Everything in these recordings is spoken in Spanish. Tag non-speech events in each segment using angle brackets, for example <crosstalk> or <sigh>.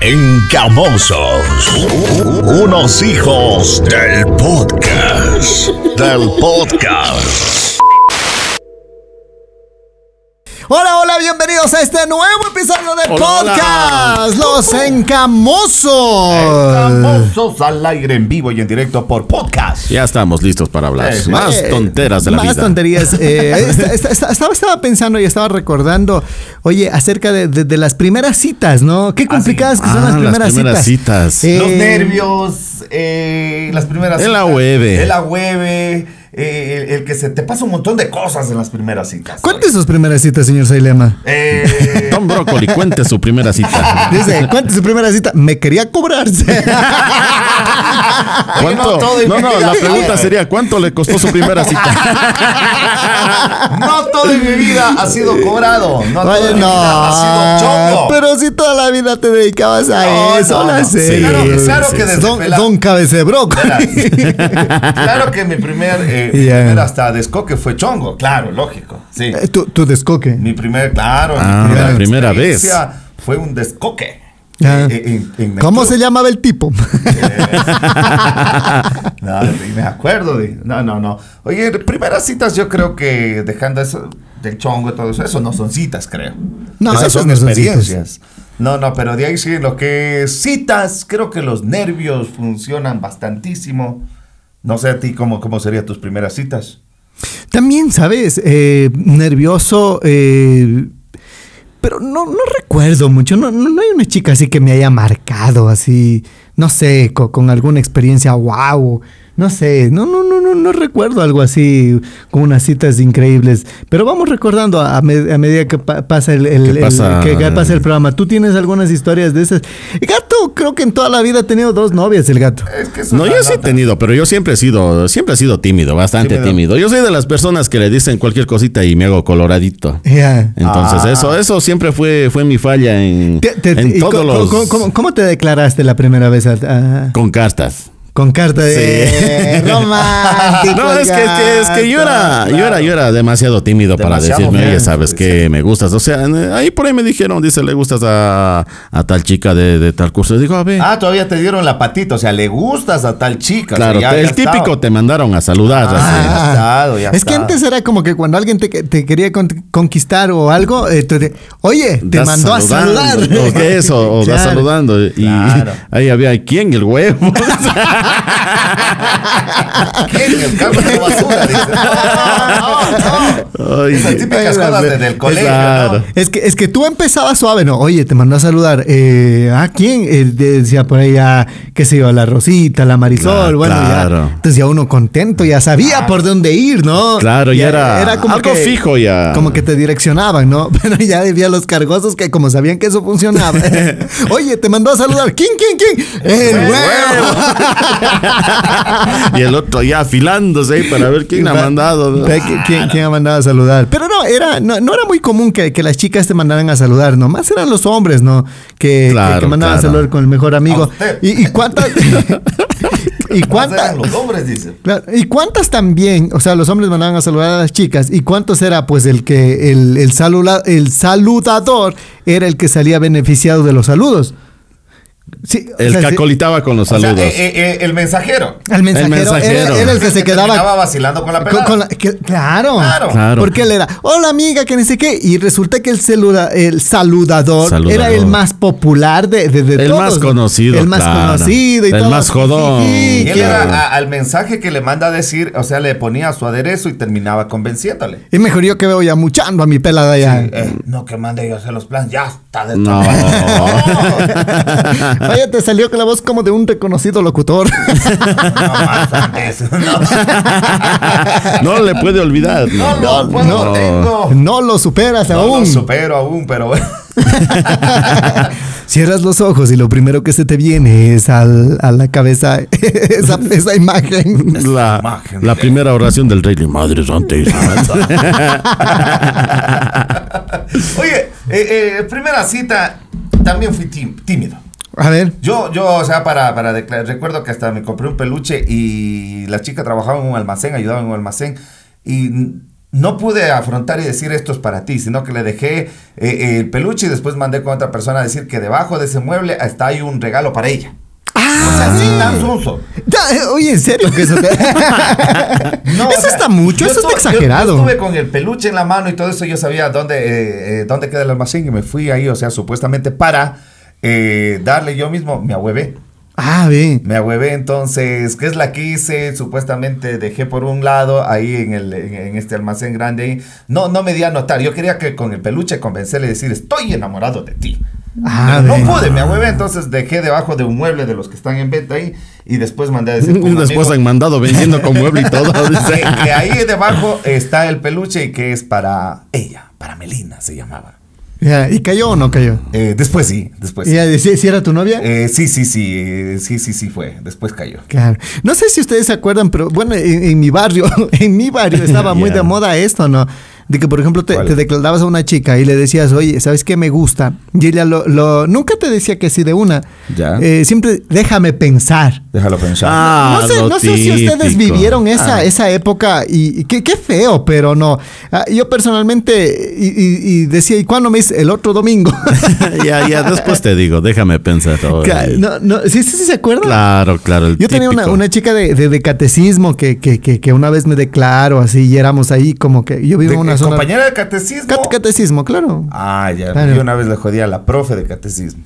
Encamosos. Encamosos. Unos hijos del podcast. Del podcast. Hola, hola, bienvenidos a este nuevo episodio del Hola, hola. podcast Los Encamosos. Famosos al aire en vivo y en directo por podcast. Ya estamos listos para hablar. Eh, Más Eh, tonteras de la Más vida. tonterías. <laughs> Eh, esta- esta- esta- estaba, estaba pensando y estaba recordando, oye, acerca de, de- de las primeras citas, ¿no? Qué complicadas que son Ah, las las primeras primeras citas. citas. Eh, Los nervios, eh, las primeras El citas, ahueve. El ahueve, eh, el, el que se te pasa un montón de cosas en las primeras citas. ¿Cuántas sus primeras citas, señor Sailema? <laughs> Eh, Tom Broccoli, cuente su primera cita. Dice, ¿cuántas su primera cita? Me quería cobrarse. <laughs> ¿Cuánto? no, todo No, no, la investiga. pregunta sería: ¿cuánto le costó su primera cita? no todo en mi vida ha sido cobrado. No todo Oye, en mi vida ha sido no, chongo. pero si toda la vida te dedicabas a No, eso, no, la no. sé. Claro, claro que desde don, pela- don Cabecebroco. claro que mi primer, eh, <laughs> mi Ya. primer hasta descoque fue chongo. Claro, lógico. Sí. Eh, <laughs> Tu, tu descoque. Mi primer, claro. Ah, mi la primera vez. experiencia Fue un descoque. Ah. Eh, en- en- en ¿Cómo el se club. llamaba el tipo? <laughs> No, ni me acuerdo. de- no, no, no. Oye, de primeras citas yo creo que dejando eso del chongo y todo eso, eso no son citas, creo. No, Esas esas son Ah, no son experiencias. No, no, pero de ahí sí, lo que es citas, creo que los nervios funcionan bastantísimo. No sé a ti cómo, cómo serían tus primeras citas. También, ¿sabes? Eh, nervioso, eh, pero no, no recuerdo mucho. No, no, no hay una chica así que me haya marcado, así, no sé, co- con, alguna experiencia wow. No sé, no, no, no, no, no recuerdo algo así, con unas citas increíbles. Pero vamos recordando a, a med- a medida que pa- pasa el, el- Que el- pasa- que que pasa el programa. ¿Tú tienes algunas historias de esas? El gato, creo que en toda la vida ha tenido dos novias el gato. Es que eso No, es yo la sí he nota. tenido, pero yo siempre he sido, siempre he sido tímido, bastante Tímido. tímido. Yo soy de las personas que le dicen cualquier cosita y me hago coloradito. Ya. Entonces, Ah. eso, eso siempre fue, fue mi falla en, Te- te- en y co- todos co- los. co- cómo, cómo te declaraste la primera vez? a- a- Con cartas. con carta de Sí. <laughs> romántico. No, es que, es que, es que yo era, yo era, yo era demasiado tímido Demasiado para decirme, bien, oye, sabes sí. que me gustas. O sea, en- ahí por ahí me dijeron, dice, le gustas a, a tal chica de, de tal curso. Digo, a ver. Ah, todavía te dieron la patita, o sea, le gustas a tal chica. o sea, claro, ya- el ya típico estaba. te mandaron a saludar. así. Ah, ya estado, ya es que estado. antes era como que cuando alguien te, te quería con- conquistar o algo, eh, te- te- oye, te Das mandó a saludando, saludar. O que eso, o das <laughs> Claro. saludando. Y Claro. <laughs> ahí había quién, el huevo. <laughs> ¿Quién? El carro de basura, dice. No, no, no. Ay, Esas típicas Ay, cosas las- desde el colegio. claro. ¿no? Es que, es que tú empezabas suave, ¿no? Oye, te mandó a saludar. eh, ¿A quién? Eh, de- decía por ahí ah, a, qué sé yo, a la Rosita, a la Marisol. Claro, bueno, ya. claro. Entonces ya uno contento, ya sabía por dónde ir, ¿no? Claro, ya era algo fijo ya. Como que te direccionaban, ¿no? <laughs> Pero ya había los cargosos que como sabían que eso <laughs> funcionaba. Oye, te mandó a saludar. ¿Quién, quién, quién? El El huevo. y el otro ya afilándose ahí para ver quién ha Va- mandado. Ah, ¿no? Ve que- ¿Quién, quién ha mandado a saludar? Pero no, era, no, no era muy común que, que las chicas te mandaran a saludar, ¿no? Más eran los hombres, ¿no? Que, que- Claro, que mandaban claro. a saludar con el mejor A amigo. usted. ¿Y, y cuántas? <laughs> ¿Y ¿Cuántos cuántas? eran los hombres, dice? Claro, ¿Y cuántas también? O sea, los hombres mandaban a saludar a las chicas. ¿Y cuántos era? Pues el que el, el, salula- el saludador era el que salía beneficiado de los saludos. Sí, o El sea, sí, cacolitaba con los O sea, saludos. eh, eh, eh, el mensajero. el mensajero, era- mensajero. Era, el que se quedaba Estaba vacilando con la Con- pelada. con la- que- claro, Claro. Claro. Porque él era, hola amiga, que no sé qué. Y resulta que el, celula, el saludador, Saludador. era el más popular de, de, de El todos, más ¿no? conocido, El más claro. conocido y El todo. más jodón. Sí, Y él que- era Claro. a- al mensaje que le manda a decir, o sea, le ponía su aderezo y terminaba convenciéndole. Y mejor yo que veo ya muchando a mi pelada ya. Eh, no que mande yo a hacer los planes, ya está de No. <laughs> Vaya, te salió con la voz como de un reconocido locutor. No más antes. No, <laughs> no le puede olvidar. no, no, No, no, puedo, no. tengo. <laughs> no lo superas No aún. lo supero aún, pero bueno. <laughs> Cierras los ojos y lo primero que se te viene es al- a la cabeza <laughs> esa, esa imagen. La, Imagen la de- primera oración del rey. Madre santa. <laughs> Oye, eh, eh, primera cita, también fui tím- tímido. A ver. Yo, yo, o sea, para, para declarar, recuerdo que hasta me compré un peluche y la chica trabajaba en un almacén, ayudaba en un almacén y mm, no pude afrontar y decir esto es para ti, sino que le dejé eh, el peluche y después mandé con otra persona a decir que debajo de ese mueble hasta hay un regalo para ella. O sea, sí, tan suso. Da- Ah. eh, oye, en serio que eso te- <laughs> No, eso o sea, está mucho, yo eso está estuve- yo- exagerado. Yo, estuve con el peluche en la mano y todo eso, yo sabía dónde, eh, eh, dónde queda el almacén y me fui ahí, o sea, supuestamente para eh, darle yo mismo, me ahuevé. Ah, bien. Me ahuevé entonces, ¿qué es la que hice? Supuestamente dejé por un lado ahí en, el, en, en este almacén grande. ahí. No, no me di a notar. Yo quería que con el peluche convencerle y decir, estoy enamorado de ti. Ah, Pero bien. no pude, me ahuevé, entonces dejé debajo de un mueble de los que están en venta ahí y después mandé a <laughs> decir... con un <laughs> Después han amigo mandado vendiendo con mueble y todo. que, dice. que ahí debajo está el peluche y que es para ella, para Melina se llamaba. Ya, ¿Y cayó o no cayó? Eh, después sí, después sí. Ya, ¿si, si era tu novia? Eh, sí, sí, sí, eh, sí, sí, sí fue. Después cayó. Claro. No sé si ustedes se acuerdan, pero bueno, en, en mi barrio, <laughs> en mi barrio estaba <laughs> muy Ya. de moda esto, ¿no? De que, por ejemplo, te, ¿Cuál? te declarabas a una chica y le decías, oye, ¿sabes qué me gusta? Y ella lo, lo- nunca te decía que sí de una. Ya. Eh, siempre déjame pensar. Déjalo pensar. <laughs> Ah, no sé, lo no sé si ustedes típico. vivieron Ah. esa, esa época y, y qué, qué feo, pero no. Ah, yo personalmente, y, y- y decía, ¿y cuándo me dice? El <laughs> otro domingo. <laughs> ya, ya, después te digo, déjame pensar. ahora. no, no, ¿sí, sí, sí se acuerdan? Claro, claro. el Yo tenía una, típico. una chica de, de, de catecismo que, que, que, que una vez me declaró así y éramos ahí como que yo vivo De- en una zona... Compañera de catecismo. Cat- catecismo, claro. Ah, ya. Claro. Yo una vez le jodí a la profe de catecismo.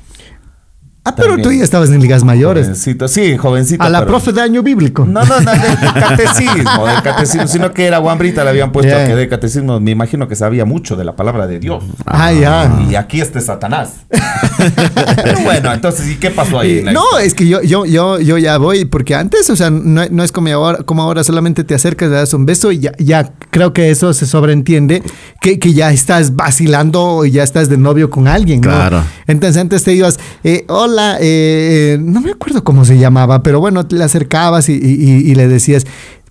Ah, pero también. tú ya estabas en ligas mayores. Jovencito. Sí, jovencito. A la pero- profe de año bíblico. No, no, no, de, de catecismo, de catecismo, sino que era guambrita, le habían puesto Ya. a que de catecismo, me imagino que sabía mucho de la palabra de Dios. Ah, ya. Y aquí este Satanás. Ah, <laughs> Pero bueno, entonces, ¿y qué pasó ahí? Eh, No, es que yo, yo, yo, yo ya voy, porque antes, o sea, no, no es como ahora, como ahora, solamente te acercas, le das un beso y ya, ya creo que eso se sobreentiende, que, que ya estás vacilando y ya estás de novio con alguien, ¿no? Claro. Entonces antes te ibas, eh, hola, eh, eh, no me acuerdo cómo se llamaba, pero bueno, te le acercabas y, y- y- y le decías,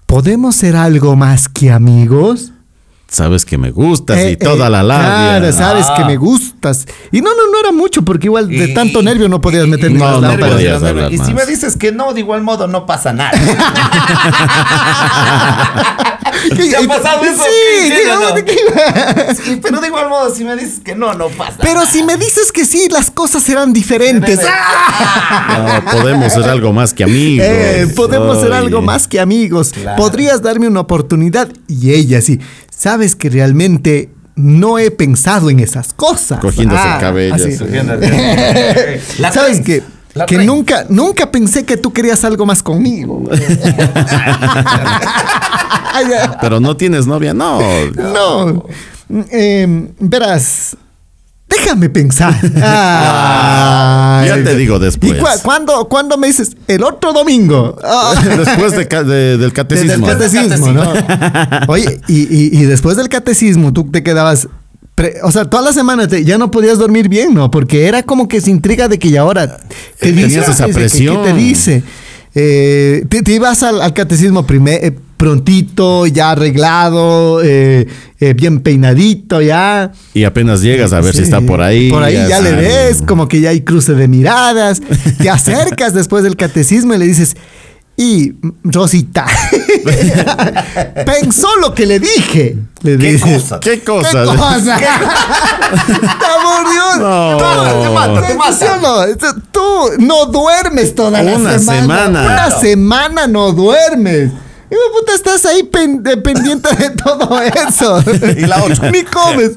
¿podemos ser algo más que amigos? Sabes que me gustas Eh, y eh, toda la labia. Claro, sabes Ah. que me gustas. Y no, no, no era mucho, porque igual de Y- tanto nervio no podías y- meter y- ni No, las los no lámparas. nervios, podías los nervios. hablar Y si más. me dices que no, de igual modo no pasa <laughs> nada. ¿Qué- ¿Te ha pasado eso? Sí, ¿Sí, digo, o no? ¿de qué? Sí, pero de igual modo, si me dices que no, no pasa. Pero si me dices que sí, las cosas serán diferentes. ¡Ah! No, podemos ser algo más que amigos. <laughs> Eh, podemos ser Oye. algo más que amigos. Claro. Podrías darme una oportunidad. Y ella sí. Sabes que realmente no he pensado en esas cosas. Ah, Cogiéndose el cabello, así. sí. nada. La Sabes trens, que, la que trens. nunca, nunca pensé que tú querías algo más <laughs> conmigo. <laughs> Pero no tienes novia, no. <laughs> No. Em, verás. Déjame <laughs> pensar. Ay. Ya te digo después. ¿Y cua- cuándo, cuándo me dices? El otro domingo. Ah. <laughs> Después de ca- de- del Desde el catecismo. catecismo, ¿no? Oye, y, y- y después del catecismo tú te quedabas... pre- o sea, toda la semana te- ya no podías dormir bien, ¿no? Porque era como que se intriga de que y ahora te Eh, Tenías dice, esa dice, ¿qué- presión. ¿qué te dice? Eh, te, te ibas al, al catecismo prime- eh, prontito, ya arreglado, eh, eh, bien peinadito, ya. Y apenas llegas a ver si está por ahí. Por ahí ya, le sabes. ves, como que ya hay cruce de miradas. <laughs> Te acercas después del catecismo y le dices, y Rosita, <laughs> pensó lo que le dije. Le ¿Qué dices, cosa? ¿Qué ¿Qué cosas? <laughs> cosa? ¡Te aburrió! No. Todo, te mata, te mata. ¿Sí o no? Esto- Tú no duermes toda la Una semana. semana. Una semana no duermes. Y me puta, estás ahí pen- de- pendiente de todo <laughs> eso. Y la otra. Ni comes.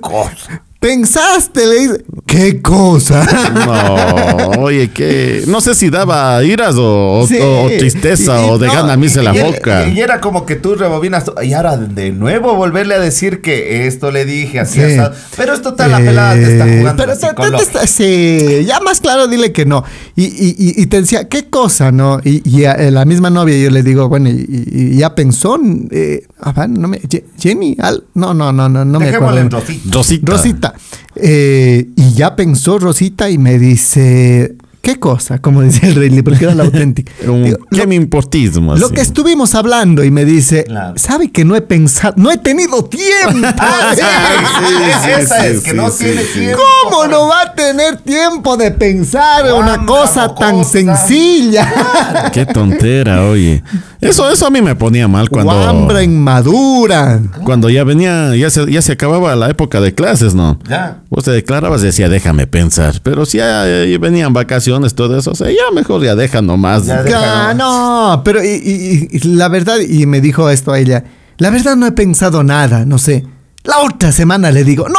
Pensaste, le dices, ¿qué cosa? <laughs> No, oye, que no sé si daba iras o, o- Sí. o tristeza Y- y o de no, gana a mí se la y era- boca. Y era como que tú rebobinas. Y ahora de nuevo volverle a decir que esto le dije, así Sí. asado. Pero esto total, la pelada te está Eh, jugando. Pero la ta- ta- ta- psicológica. sí, ya más claro dile que no. Y, y- y- y te decía, ¿qué cosa, no? Y, y a- eh, la misma novia, yo le digo, bueno, y, y- y ya pensó, eh, ah, va, no me, Ye- Jenny, al- no, no, no, no, no me Dejémosle en acuerdo. Rosita. Rosita. Rosita. Eh, y ya pensó Rosita y me dice, ¿Qué cosa? Como decía el Ridley, porque era la auténtica. Un Digo, lo- quemimportismo, lo así. que estuvimos hablando y me dice, Claro. ¿sabe que no he pensado, no he tenido tiempo? <laughs> Ah, sí, sí, <laughs> esa sí, es, que sí, no sí, tiene sí. tiempo. ¿Cómo para- no va a tener tiempo de pensar en una Guándamo, cosa tan cosa. sencilla? Qué tontera, oye. Eso, eso a mí me ponía mal cuando. Guambra inmadura. Cuando ya venía, ya se, ya se acababa la época de clases, ¿no? Ya. Vos te declarabas y decía, déjame pensar. Pero si ya, eh, venían vacaciones, todo eso, o sea, ya mejor ya deja nomás. Ya deja. Ah, no, pero y, y- y la verdad, y me dijo esto a ella, la verdad no he pensado nada, no sé. La otra semana le digo, no,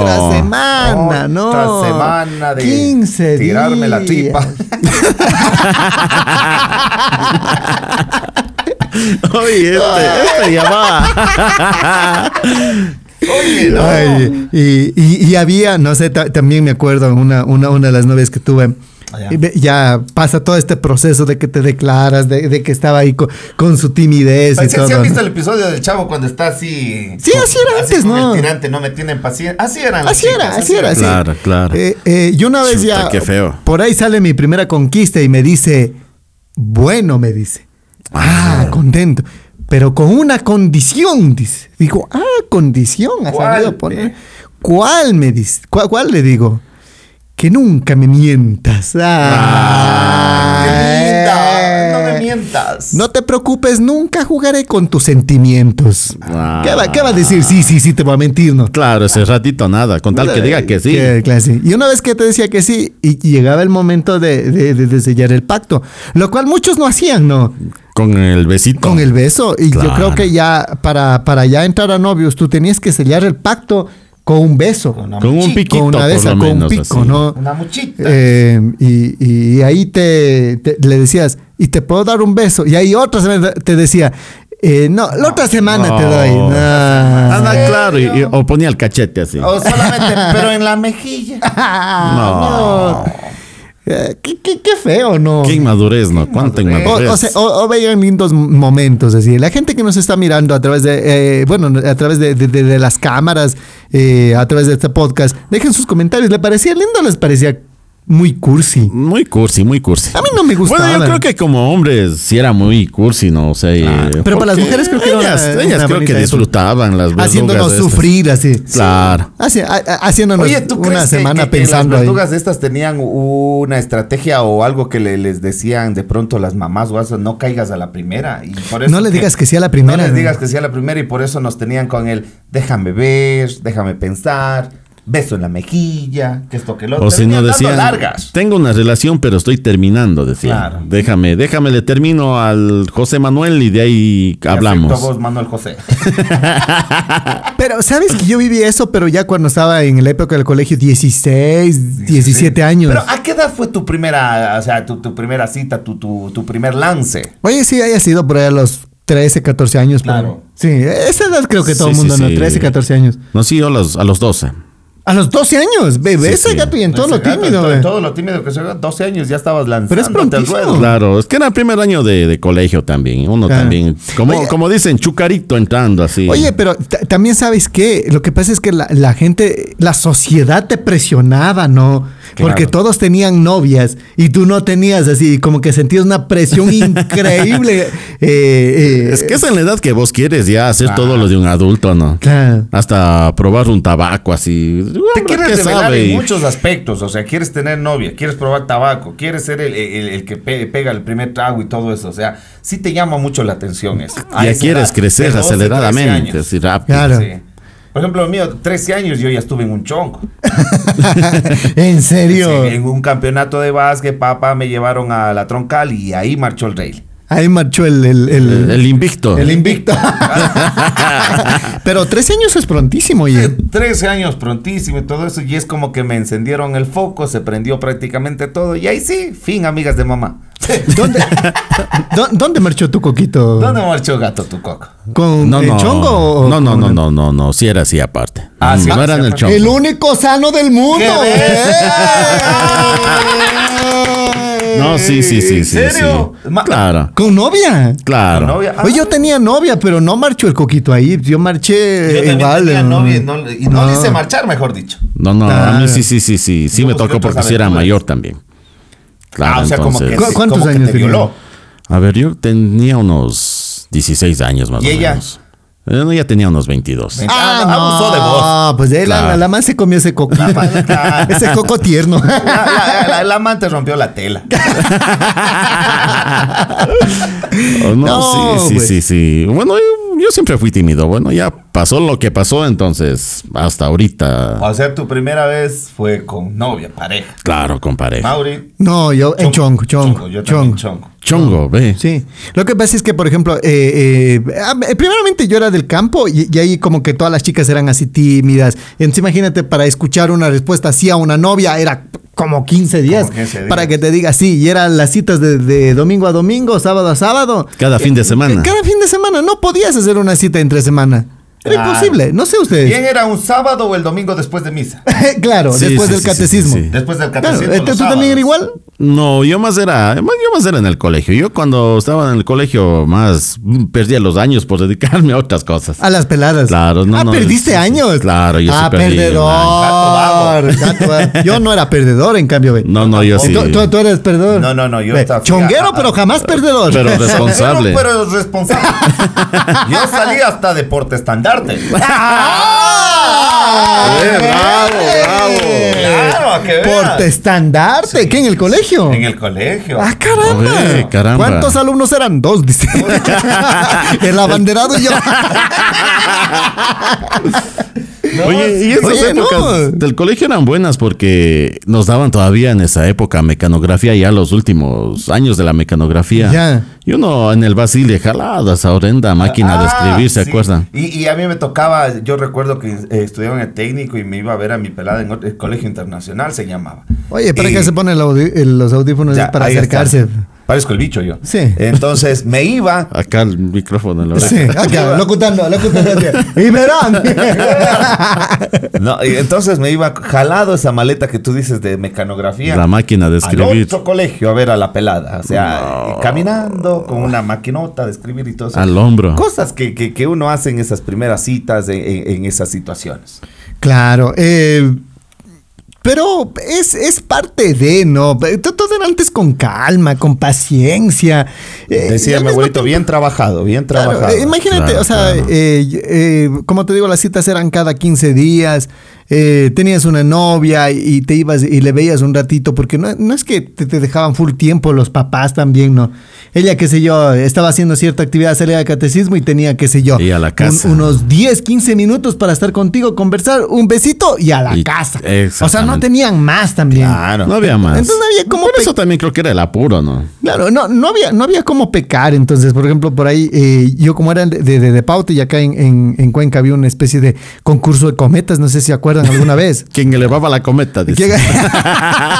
otra No. semana, no. Otra semana de 15 tirarme la días". tripa. <laughs> Oye, Ah. este, este ya va. Oye, no. Ay, y, y- y había, no sé, ta- también me acuerdo, una, una, una de las novias que tuve, Ah, ya. y ve- ya. pasa todo este proceso de que te declaras, de, de que estaba ahí co- con, su timidez y Parece que todo. ¿sí han visto ¿no? el episodio del chavo cuando está así. Sí, así era antes, con ¿no? El tirante, no me tienen paciencia. Así eran. las Así era, chicas, así era, así. Claro, claro. Eh, eh, y una vez Chuta, ya, qué feo. por ahí sale mi primera conquista y me dice, bueno, me dice, ah, contento, pero con una condición, dice. Digo, ah, condición, ha ¿Cuál, sabido eh? poner. ¿Cuál me dice? ¿Cuál, cuál le digo? Que nunca me mientas. Ah, ¡Qué linda! eh. No me mientas. No te preocupes, nunca jugaré con tus sentimientos. Ah. ¿Qué, va, qué va a decir? Sí, sí, sí, te va a mentir, no. Claro, ese ratito nada, con tal que diga que sí. Que- claro, sí. Y una vez que te decía que sí, y llegaba el momento de, de- de- de sellar el pacto, lo cual muchos no hacían, ¿no? Con el besito. Con el beso. Y yo Claro. creo que ya para, para ya entrar a novios, tú tenías que sellar el pacto con un beso. Con Con, una Con un muchita, piquito, una por besa, lo con un menos. pico, así. ¿no? Una muchita. Eh, y, y ahí te, te- le decías, y te puedo dar un beso. Y ahí otra semana te decía, eh, no, la otra semana te doy. No. No. Anda, Ah. claro, y, y- o ponía el cachete así. Oh, O solamente, <laughs> pero en la mejilla. Ah, no. Eh, qué, qué- qué feo, ¿no? Qué inmadurez, ¿no? Cuánta inmadurez. inmadurez. oh. O, o sea, oh. o- o vean lindos momentos, así. La gente que nos está mirando a través de, eh, bueno, a través de, de- de- de las cámaras, eh, a través de este podcast, dejen sus comentarios. ¿Le parecía lindo o les parecía muy cursi? Muy cursi, muy cursi. A mí no me gustaban. Bueno, yo creo que como hombres sí era muy cursi, ¿no? O sea, y- Pero para las porque mujeres creo que era una- ellas, ellas una creo que bonita disfrutaban las verdugas Haciéndonos estas. sufrir, así. Claro. Así, a- a- haciéndonos Oye, ¿tú crees una que- semana que, que pensando las ahí. verdugas estas tenían una estrategia o algo que le- les decían de pronto las mamás o eso, no caigas a la primera? Y por eso No le que- digas que sí a la primera, No les ¿no? digas que sí a la primera y por eso nos tenían con el déjame ver, déjame pensar, beso en la mejilla, que esto que lo otro. O si no Tenían dando decían, largas. tengo una relación, pero estoy terminando, decía. Claro. Déjame, déjame, le termino al José Manuel y de ahí Te hablamos. afecto a vos, Manuel José. Pero, ¿sabes que yo viví eso? Pero ya cuando estaba en la época del colegio, 16, 17 años. Pero ¿a qué edad fue tu primera, o sea, tu, tu primera cita, tu, tu, tu primer lance? Oye, sí, haya sido por ahí a los 13, 14 años. por Claro. ahí. Sí, esa edad creo que todo el Sí, sí, mundo, ¿no? sí. 13, 14 años. No, sí, yo a los, a los 12. A los 12 años, bebé, Sí, ese sí. gato y en todo lo Ese gato, tímido, en todo- güey. En todo lo tímido que se 12 años ya estabas lanzando. prontísimo. Claro, es que era el primer año de, de colegio también. Uno Claro. también. Como, Oye. como dicen, chucarito entrando así. Oye, pero ta- también sabes que lo que pasa es que la, la gente, la sociedad te presionaba, ¿no? Porque todos tenían novias y tú no tenías así, como que sentías una <laughs> presión increíble. Eh, eh, es que es en la edad que vos quieres ya hacer todo lo de un adulto, ¿no? Claro. Hasta probar un tabaco así. Te Hombre, quieres ¿qué revelar sabe? en muchos aspectos. O sea, quieres tener novia, quieres probar tabaco, quieres ser el, el- el que pe- pega el primer trago y todo eso. O sea, sí te llama mucho la atención eso. A Ya esa quieres edad, de crecer 12, 13 aceleradamente, años. así rápido. Claro. Sí. Por ejemplo, mío, 13 años yo ya estuve en un chonco. <laughs> en serio. <laughs> Sí, en un campeonato de básquet, papá, me llevaron a la troncal y ahí marchó el rail. Ahí marchó el, el, El, el, el invicto. <laughs> el invicto. <laughs> pero 13 años es prontísimo, oye. 13 años prontísimo y todo eso, y es como que me encendieron el foco, se prendió prácticamente todo, y ahí sí, fin, amigas de mamá. ¿Dónde, dó- ¿Dónde marchó tu coquito? ¿Dónde marchó gato tu coco? ¿Con No, el no. chongo? o- no, no, con no, el- no, no, no. Sí era así aparte. Ah, sí, no, sí, era en el aparte. chongo. El único sano del mundo. ¡Qué ¡Eh! No, sí, sí, sí, ¿En sí. serio? sí. Ma- Claro, Con novia. claro. Novia. Ah, Oye, yo tenía novia, pero no marchó el coquito ahí. Yo marché yo también eh, igual. ah. tenía ¿no? novia y no, le- y no le hice No. marchar, mejor dicho. No, no, a Claro. mí sí, sí, sí, sí. Sí Yo me busqué tocó otras porque sí era aventuras. mayor también. Claro, ah, o sea, como que, entonces- ¿Cu- cuántos como que años te tenía? violó. A ver, yo tenía unos 16 años más ¿Y o ella? menos. Eh, no, ya tenía unos 22. Ah, abusó de vos. Ah, pues de la, Claro. la, la man se comió ese coco. La man, claro. <laughs> ese coco tierno. La, la, la- la amante rompió la tela. Oh, no, No, sí, sí, güey. sí, sí. Bueno, yo, yo siempre fui tímido. Bueno, ya pasó lo que pasó, entonces, hasta ahorita. O sea, tu primera vez fue con novia, pareja. Claro, con pareja. Mauri. No, yo, en chongo, chongo, chongo, Yo chongo. también chongo. Chongo, ve. Sí, lo que pasa es que, por ejemplo, eh, eh, ah, eh, primeramente yo era del campo y, y ahí como que todas las chicas eran así tímidas. Entonces imagínate, para escuchar una respuesta así a una novia era como 15 días, 15 días. para que te diga sí. Y eran las citas de, de domingo a domingo, sábado a sábado. Cada fin de semana. Eh, Cada fin de semana, no podías hacer una cita entre semana. Era Claro. imposible, no sé ustedes. ¿Quién era un sábado o el domingo después de misa? <laughs> claro, Sí, después sí, del sí, sí, catecismo. sí, sí. Después del Claro, este, catecismo. ¿tú- los ¿tú sábados. también era igual? No, yo más era, más- yo más era en el colegio. Yo cuando estaba en el colegio más mm, perdía los años por dedicarme a otras cosas. A las peladas. Claro, no, Ah, no, perdiste sí, sí. años. Claro, yo sí Ah, perdí un perdedor. año. <laughs> Gato vago. Yo no era perdedor, en cambio, ve. No, no, yo sí. Oh, Tú, tú- tú eres perdedor. No, no, no, yo Ve, estaba- Ah, fui Chonguero, a- pero jamás perdedor. Pero <laughs> responsable. Pero, pero responsable. Yo salí hasta deporte <laughs> estandarte. ¡Ah! Eh, bravo, bravo. Claro, que veas. Porte estandarte. ¿Qué? ¿En el colegio? En el colegio. Ah, caramba. Oye, caramba. ¿Cuántos alumnos eran? Dos, <laughs> dice. el abanderado y yo. No, Oye, y esas Oye, no. épocas del colegio eran buenas porque nos daban todavía en esa época mecanografía, ya los últimos años de la mecanografía. Ya. Ah, Y uno en el Basile jalada esa horrenda máquina de escribir, ¿se Ah, sí. acuerdan? Y, y a mí me tocaba, yo recuerdo que eh, estudiaba en el técnico y me iba a ver a mi pelada en otro- el colegio internacional, se llamaba. Oye, ¿para Y- qué se ponen el audi- el- los audífonos ya, para ahí está. acercarse? Parezco el bicho yo. Sí. Entonces me iba Acá el micrófono. La <laughs> Sí, acá, locutando, locutando. así. Y verán. No, y entonces me iba jalado esa maleta que tú dices de mecanografía. La máquina de Al escribir. otro colegio a ver a la pelada. O sea, y caminando con una maquinota de escribir y todo eso. Al hombro. Cosas que, que- que uno hace en esas primeras citas, en, en- en esas situaciones. Claro, eh, pero es, es parte de, ¿no? To- Todo era antes con calma, con paciencia. Eh, y Decía al mi mismo abuelito, bien trabajado, bien Claro, trabajado. eh, imagínate, Claro, o sea, claro. eh, eh, como te digo, las citas eran cada 15 días. eh, tenías una novia y te ibas y le veías un ratito, porque no, no es que te, te dejaban full tiempo los papás también, ¿no? Ella, qué sé yo, estaba haciendo cierta actividad, salía de catecismo y tenía, qué sé yo, Y a la casa. unos 10, 15 minutos para estar contigo, conversar, un besito y a la Y- casa. O sea, no exactamente. tenían más también. Claro. No había más. Entonces había como Por pe- eso también creo que era el apuro, ¿no? Claro, no, no había, no había cómo pecar. Entonces, por ejemplo, por ahí, eh, yo como era de, de, de Paute y acá en, en- en Cuenca había una especie de concurso de cometas, no sé si se acuerdan alguna <laughs> vez. Quien elevaba la cometa, dice. Que- <laughs> <laughs>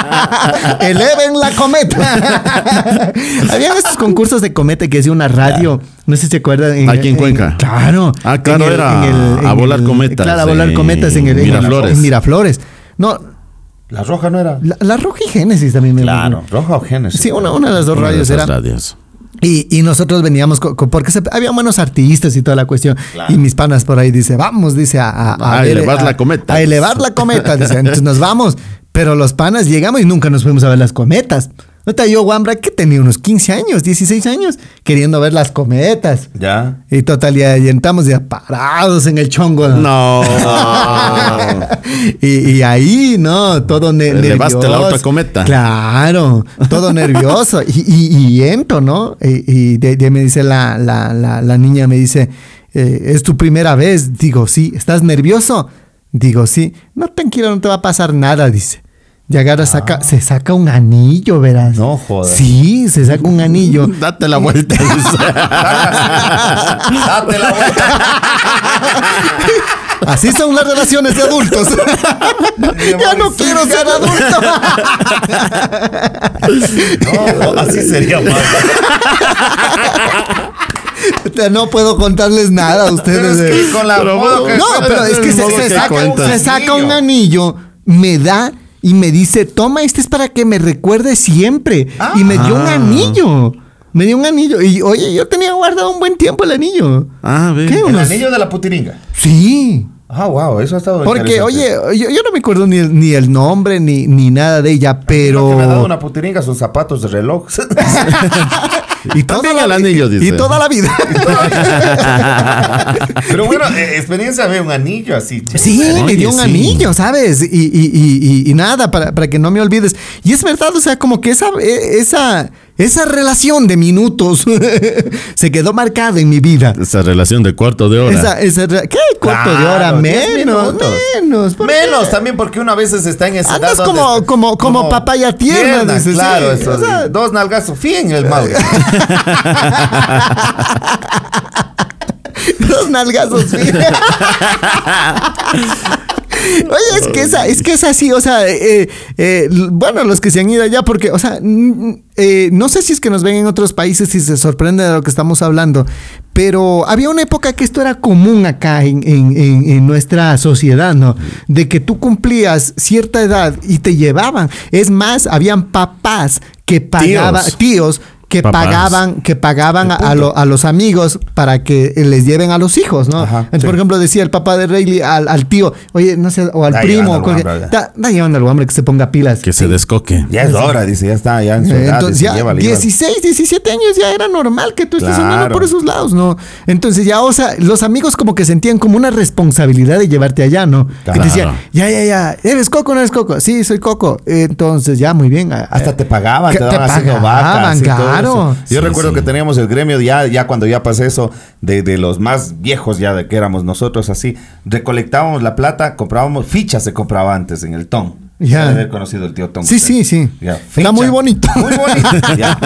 Eleven la cometa. <laughs> Habían estos concursos de cometa que hacía una radio. No sé si se acuerdan. Aquí en Cuenca. claro. Ah, claro, En era a volar cometas Claro, a volar en cometas en, el, en- Miraflores. en Miraflores. No, La roja no era. la, la Roja y Génesis también me Claro, roja o Génesis. Sí, una, una de las dos Una de radios esas era. radios. Y, y nosotros veníamos, co- co- porque se- había buenos artistas y toda la cuestión. Y mis panas por ahí dice, vamos, dice, a, a- a A elevar la cometa. A elevar la cometa, dice, entonces nos vamos. Pero los panas llegamos y nunca nos fuimos a ver las cometas. No te yo, Wambra, que tenía unos 15 años, 16 años, queriendo ver las cometas. <laughs> Ya. Y total, ya, ya entramos ya parados en el chongo. No. y, <laughs> y ahí, ¿no? Todo ne- Le nervioso. elevaste la otra cometa. Claro, todo nervioso. Y, y, y entro, ¿no? Y, y de, de me dice la, la, la, la niña, me dice, eh, ¿es tu primera vez? Digo, sí. ¿Estás nervioso? Digo, sí. No, tranquilo, no te va a pasar nada, dice. Y agarra, Ah. saca, se saca un anillo, verás. No jodas. Sí, se saca un anillo. <laughs> Date la <laughs> vuelta. dice. Date la vuelta. <laughs> Así son las relaciones de adultos. ya no quiero ser adulto. No, así sería más. No puedo contarles nada a Pero es ustedes. eh. que con la Pero modo No, pero es que El se, modo se que saca, un- cuentas. se saca un anillo, me da y me dice, toma, este es para que me recuerde siempre. Y me dio un Ah. anillo. Me dio un anillo. Y oye, yo tenía guardado un buen tiempo el anillo. Ah, ve. ¿Qué? El Unos- anillo de la putiringa. Sí. Ah, wow, eso ha estado Porque, interesante. oye, yo, yo no me acuerdo ni el, ni el nombre ni, ni nada de ella, Lo que me ha dado pero. una puteringa sus zapatos de reloj. <laughs> Y También el anillo, y- dice. Y toda la vida. Pero bueno, eh, experiencia ve un anillo así. che. Sí, me Oye, dio un sí. anillo, ¿sabes? Y, y- y- y- y nada, para, para que no me olvides. Y es verdad, o sea, como que esa, e- esa, esa relación de minutos <laughs> se quedó marcada en mi vida. Esa relación de cuarto de hora. Esa, esa re- ¿Qué? ¿Cuarto de Claro, hora? 10 Menos, minutos. menos. ¿por qué? Menos también porque una vez se está en esa Andas edad como- donde- como- como papaya tierna, dices, claro, sí, eso, o sea- dos nalgas sufían en el mal. <laughs> <laughs> Los nalgazos. sí. Oye, es que esa, es que es así, o sea, eh, eh, l- bueno, los que se han ido allá, porque, o sea, n- eh, no sé si es que nos ven en otros países y se sorprenden de lo que estamos hablando, pero había una época que esto era común acá en, en- en- en nuestra sociedad, ¿no? De que tú cumplías cierta edad y te llevaban. Es más, habían papás que pagaban, tíos, Tíos. que Papás. pagaban, que pagaban a, a lo- a los amigos para que eh, les lleven a los hijos, ¿no? Ajá, Entonces, sí. Por ejemplo, decía el papá de Rayleigh al, al tío, oye, no sé, o al Está primo, llevando o al cualquier- hombre, ya. está, está llevando al hombre que se ponga pilas. Que se descoque. Ya es hora, dice, ya está, ya en su Eh, edad. Entonces dice, ya llévale, llévale. 16, 17 años ya era normal que tú estés andando Claro. por esos lados, ¿no? Entonces ya, o sea, los amigos como que sentían como una responsabilidad de llevarte allá, ¿no? Que te Claro. decían, ya, ya, ya, ¿eres coco o no eres coco? Sí, soy coco. Entonces ya, muy bien. a- Hasta te pagaban, Que te daban Eh, te haciendo pagaban, vacas. y todo claro. eso. Yo Sí, recuerdo sí. que teníamos el gremio, ya, ya cuando ya pasé eso, de, de los más viejos ya de que éramos nosotros así, recolectábamos la plata, comprábamos fichas, se compraba antes en el Tom. Ya. Ya. haber conocido el tío Tom. Sí, sí, sí. Ya, Está ficha. muy bonito. Muy <laughs> bonito. ya.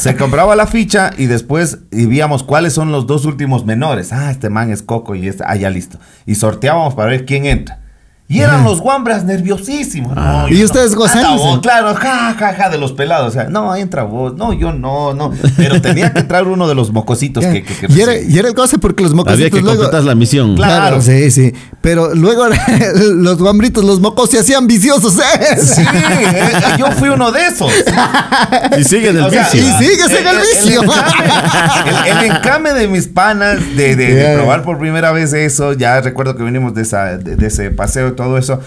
Se compraba la ficha y después y veíamos cuáles son los dos últimos menores. Ah, este man es Coco y este, ah, ya listo. Y sorteábamos para ver quién entra. Y eran los guambras nerviosísimos. No, Ah. Y yo ustedes no. gozándose. Anda vos, Claro, ja, ja, ja, de los pelados. O sea, no, entra vos. No, yo no, no. Pero tenía que entrar uno de los mocositos Ya. que, que- que y, era, recién. y era el goce porque los mocos Había que luego... completar la misión. Claro. Claro, sí, sí. Pero luego <laughs> los guambritos, los mocos se hacían viciosos, ¿eh? Sí, eh, yo fui uno de esos. Y sigue en el O sea, vicio. y sí. sigues en el vicio. encame- Eh, <laughs> el, el encame de mis panas de, de- de Ya. probar por primera vez eso, ya recuerdo que vinimos de, esa, de, de ese paseo y todo eso.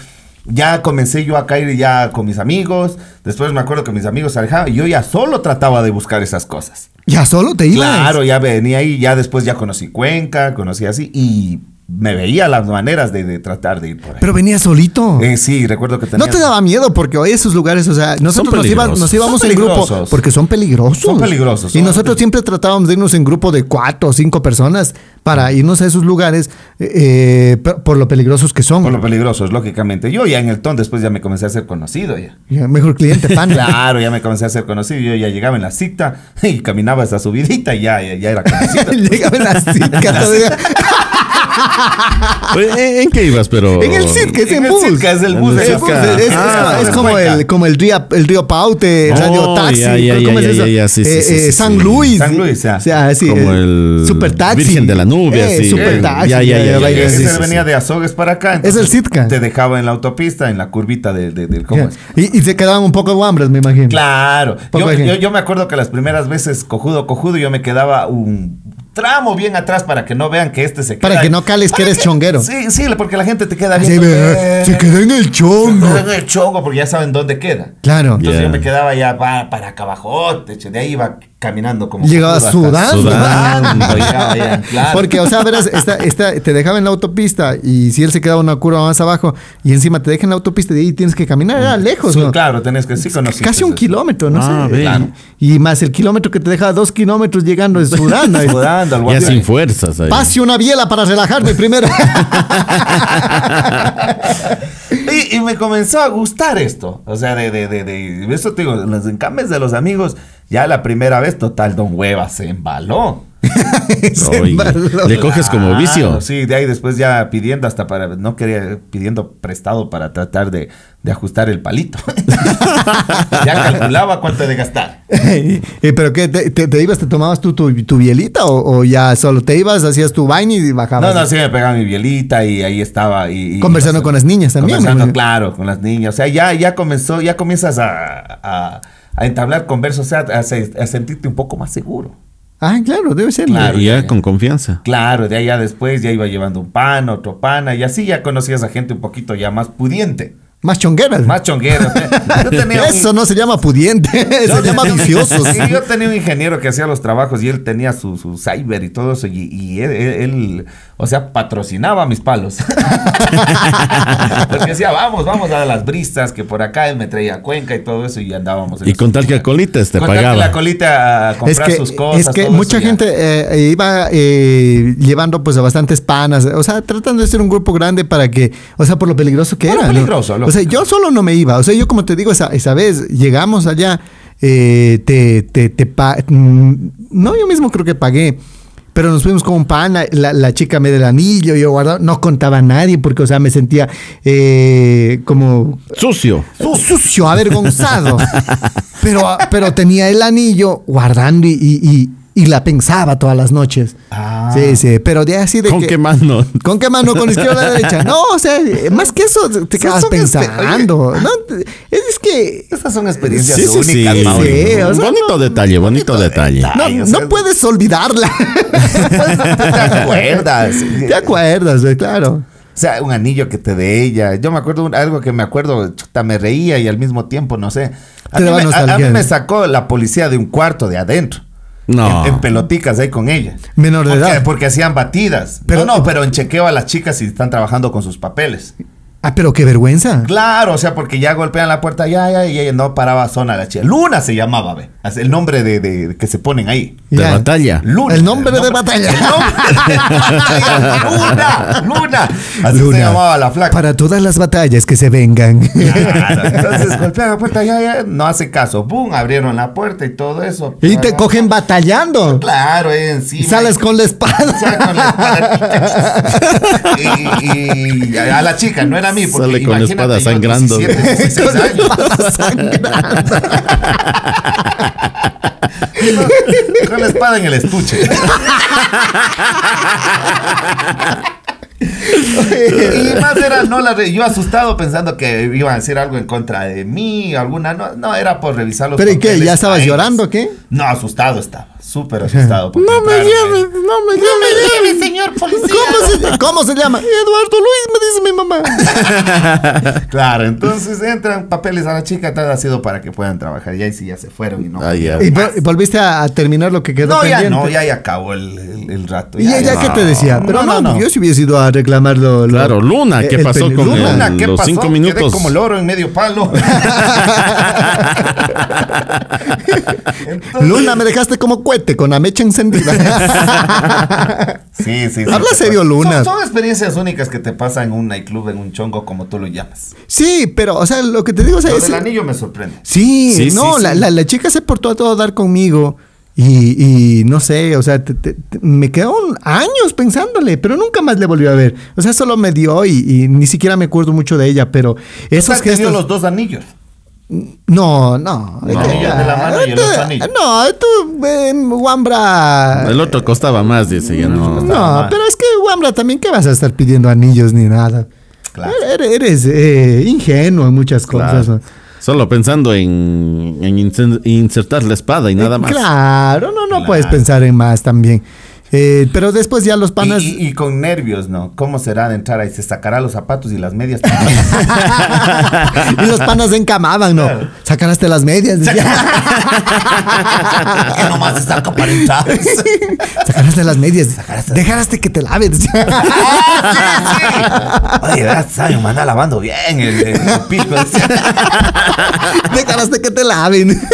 Ya comencé yo a caer ya con mis amigos. Después me acuerdo que mis amigos se alejaban y yo ya solo trataba de buscar esas cosas. Ya solo te ibas. Claro, ya venía ahí, ya después ya conocí Cuenca, conocí así y me veía las maneras de, de tratar de ir por ahí. Pero venía solito. Eh, sí, recuerdo que tenía... No te daba miedo porque hoy esos lugares, o sea, nosotros nos, iba- peligrosos. nos íbamos Son en grupo peligrosos. porque son peligrosos. Son peligrosos, Y son- nosotros siempre tratábamos de irnos en grupo de cuatro o cinco personas para irnos a esos lugares eh, eh, por, por lo peligrosos que son. Por lo peligrosos, lógicamente. Yo ya en el ton después ya me comencé a ser conocido ya. Ya, Mejor cliente, <laughs> pan. Claro, ya me comencé a ser conocido. Yo ya llegaba en la cita <laughs> y caminaba esa subidita y ya, ya, ya era conocido. <laughs> Llegaba la <laughs> Sitka todavía. Oye, ¿En, en qué ibas, pero? En el Sitka, <laughs> es En en el bus. Sitka, es el bus, En el Es el Sitka. bus, Eh, pues, es- es- Ah, es como, es como Cuenca. el, como el, ría- el río Paute, Oh, Radio Taxi. ya, ya, ¿Cómo ya, es ya, eso? ya, ya, sí, sí, Eh, sí, eh, sí, San sí. Luis. San Luis, ah. ya. O sea, sí, eh, Como el Super Taxi. Eh, Virgen de la Nube, así. Super Taxi. Ya, ya, ya, ya, vaina ya, Ese así. sí, sí, venía de Azogues para acá. entonces el Sitka. Te dejaba en la autopista, en la curvita del... De, del- ¿Cómo Ya. es? Y, y se quedaban un poco guambras, me imagino. Claro. Poco Yo, de gente. yo- yo me acuerdo que las primeras veces, cojudo, cojudo, yo me quedaba un tramo bien atrás para que no vean que este se Para queda- que no cales que ¿Para <laughs> eres chonguero. Sí, sí, porque la gente te queda Así, "Ah, viendo. ve, se <laughs> quedó en el chongo. en el chongo porque ya saben dónde queda. Claro. Entonche, Ya. yo me quedaba ya pa- para acá abajo, de ahí iba caminando como... Llegaba hasta- sudando. <laughs> Sudando, llegaba ya, claro. Porque, o sea, verás, está- está- te dejaba en la autopista y si él se quedaba una curva más abajo y encima te deja en la autopista y ahí tienes que caminar, era lejos, Su- ¿no? Claro, tenés que sí conocer. Casi un kilómetro, no Ah, sé. ve. Claro. Y más el kilómetro que te deja dos kilómetros llegando es sudando. <laughs> es- Sudando, al Ya guate. sin fuerzas. ahí. Pase una biela para <laughs> relajarme primero. Y, y me comenzó a gustar esto. O sea, de, de, de, de- eso te digo, los encames de los amigos, ya la primera vez, total, don Hueva se embaló. Se Oye, embaló. le coges como Claro, vicio. Sí, de ahí después ya pidiendo hasta para, no quería, pidiendo prestado para tratar de, de ajustar el palito. <laughs> ya calculaba cuánto de gastar. <laughs> Eh, ¿Pero qué? Te, te- te ibas, te tomabas tú tu, tu bielita o, o ya solo te ibas, hacías tu baño y bajabas? No, no, sí me pegaba mi bielita y ahí estaba. Y, y- Ah, Conversando y- con las niñas también, Conversando, ¿no? claro, con las niñas. O sea, ya, ya comenzó, ya comienzas a, a, a entablar conversos, o sea, a, se- a sentirte un poco más seguro. Ah, claro, debe ser. la- Claro, y ya, ya ya. con confianza. Claro, de allá después ya iba llevando un pan, otro pana, y así ya conocías a gente un poquito ya más pudiente, Más chongueras. más chonguero. <laughs> Yo tenía un- Eso no se llama pudiente, <laughs> se llama viciosos. Sí, yo tenía un ingeniero que hacía los trabajos y él tenía su, su cyber y todo eso. Y, y él, él- él, o sea, patrocinaba mis palos. Porque decía, vamos, vamos a las bristas, que por acá él me traía a Cuenca y todo eso y andábamos. en Y las- con tal que a colitas te Con tal que pagaba. la colita a Es comprar que, sus cosas. es que todo eso mucha ya. gente eh, iba eh, llevando pues a bastantes panas, o sea, tratando de ser un grupo grande para que, o sea, por lo peligroso que Por lo era. ¿no? peligroso, O sea, lógico. yo solo no me iba, o sea, yo como te digo, esa, esa vez llegamos allá, eh, te, te, te pa- mm, no, yo mismo creo que pagué. Pero nos fuimos con un pana, la, la chica me dio el anillo, yo guardaba, no contaba a nadie porque, o sea, me sentía eh, como Sucio. sucio, avergonzado. pero, pero tenía el anillo guardando y, y- y- y la pensaba todas las noches. Ah. Sí, sí, pero de así de ¿Con que... qué mano? ¿Con qué mano? ¿Con izquierda o derecha? No, o sea, más que eso, te quedas son este, espe- pensando. No, es, es que... Estas son experiencias Sí, sí, sí. únicas, Mauro. Sí, <laughs> o sea, bonito detalle, bonito, detalle. No, Ay, o no sea- puedes olvidarla. ¿Te <laughs> acuerdas? ¿Te acuerdas? güey? Claro. O sea, un anillo que te dé ella. Yo me acuerdo un- algo que me acuerdo, chuta, me reía y al mismo tiempo, no sé. A, mí Te daba me, a- a nostalgia. mí me sacó la policía de un cuarto de adentro. No. En, en peloticas ahí con ella. Menor de Porque- edad. Porque hacían batidas. Pero- Pero no, no, pero en chequeo a las chicas si están trabajando con sus papeles. Ah, pero qué vergüenza. Claro, o sea, porque ya golpean la puerta, ya, ya, y ella no paraba zona la chica. Luna se llamaba, ve. Así, El nombre de, de- que se ponen ahí. De Ya. batalla. Luna. El nombre de <laughs> batalla. El nombre- Luna, Luna. Así Luna, se llamaba la flaca. Para todas las batallas que <laughs> se vengan. Claro, Entonces golpean la puerta, ya, ya, no hace caso. ¡Bum! Abrieron la puerta y todo eso. y te cogen batallando. Claro, eh, encima. Y sales con la espada. Sale <laughs> con la espada. <laughs> y, y a la chica, no era a mí. Porque Sale con la imagínate, espada yo sangrando. 17, 16 años. Con la espada en el estuche. y más era, no la re- yo asustado pensando que iban a decir algo en contra de mí, alguna, no, no era por revisar los ¿Pero y qué? papeles ¿Ya estabas a ellos. llorando o qué? No, asustado estaba, <laughs> súper asustado. porque entraron ahí. no me No me lleves, señor policía. ¿Cómo se, cómo se llama? Eduardo Luis, me dice mi mamá. <laughs> Claro, entonces entran papeles a la chica, tal ha sido para que puedan trabajar. Y ahí sí ya se fueron y no. Ah, <laughs> ya. ¿Y vol- volviste a, a terminar lo que quedó No, ya pendiente? no, ya, ya acabó el, el- el rato. ¿Y ella ya. qué te decía? Pero no, No, no, no. yo si hubiese ido a reclamarlo. Claro, Luna, ¿qué pasó con eh, Luna? el- Luna, ¿qué Los pasó? cinco Quedé minutos. como loro en medio <laughs> palo. Entonces- Luna, me dejaste como cohete con la mecha <laughs> encendida. Sí, sí, sí. Habla serio, Luna. Son, son experiencias únicas que te pasan en un nightclub, en un chongo, como tú lo llamas. sí, pero, o sea, lo que te digo o sea, Lo es- del anillo me sorprende. Sí, Sí, no, sí, la, sí. La, la chica se portó a todo dar conmigo y, y no sé, o sea, te- te- te- me quedaron años pensándole, pero nunca más le volvió a ver. O sea, solo me dio y, y ni siquiera me acuerdo mucho de ella, pero Eso esos es que dio gestos... los dos anillos. No, no. El anillo de la mano y el otro anillo. No, tú, eh, Wambra... El otro costaba más, dice ya no. No, pero es que Wambra también, ¿qué vas a estar pidiendo anillos ni nada? Claro. Eres, eres, eh, ingenuo en muchas cosas. ¿no? Claro. Solo pensando en, en insen- insertar la espada y nada más. Eh, Claro, no, no Claro. puedes pensar en más también. Eh, pero después ya los panas. Y, y- y con nervios, ¿no? ¿Cómo será de entrar ahí? Se sacará los zapatos y las <laughs> medias. también. <laughs> y los panas se encamaban, ¿no? Claro. Sacaste las medias. decía. <laughs> Ya nomás se saca para entrar. Sacaste las medias. Dejaste que <laughs> te laves. decía. Ah, sí, sí. Oye, ¿verdad? Saben, manda lavando bien el, el- el pico. Dejaste que te laven. <laughs>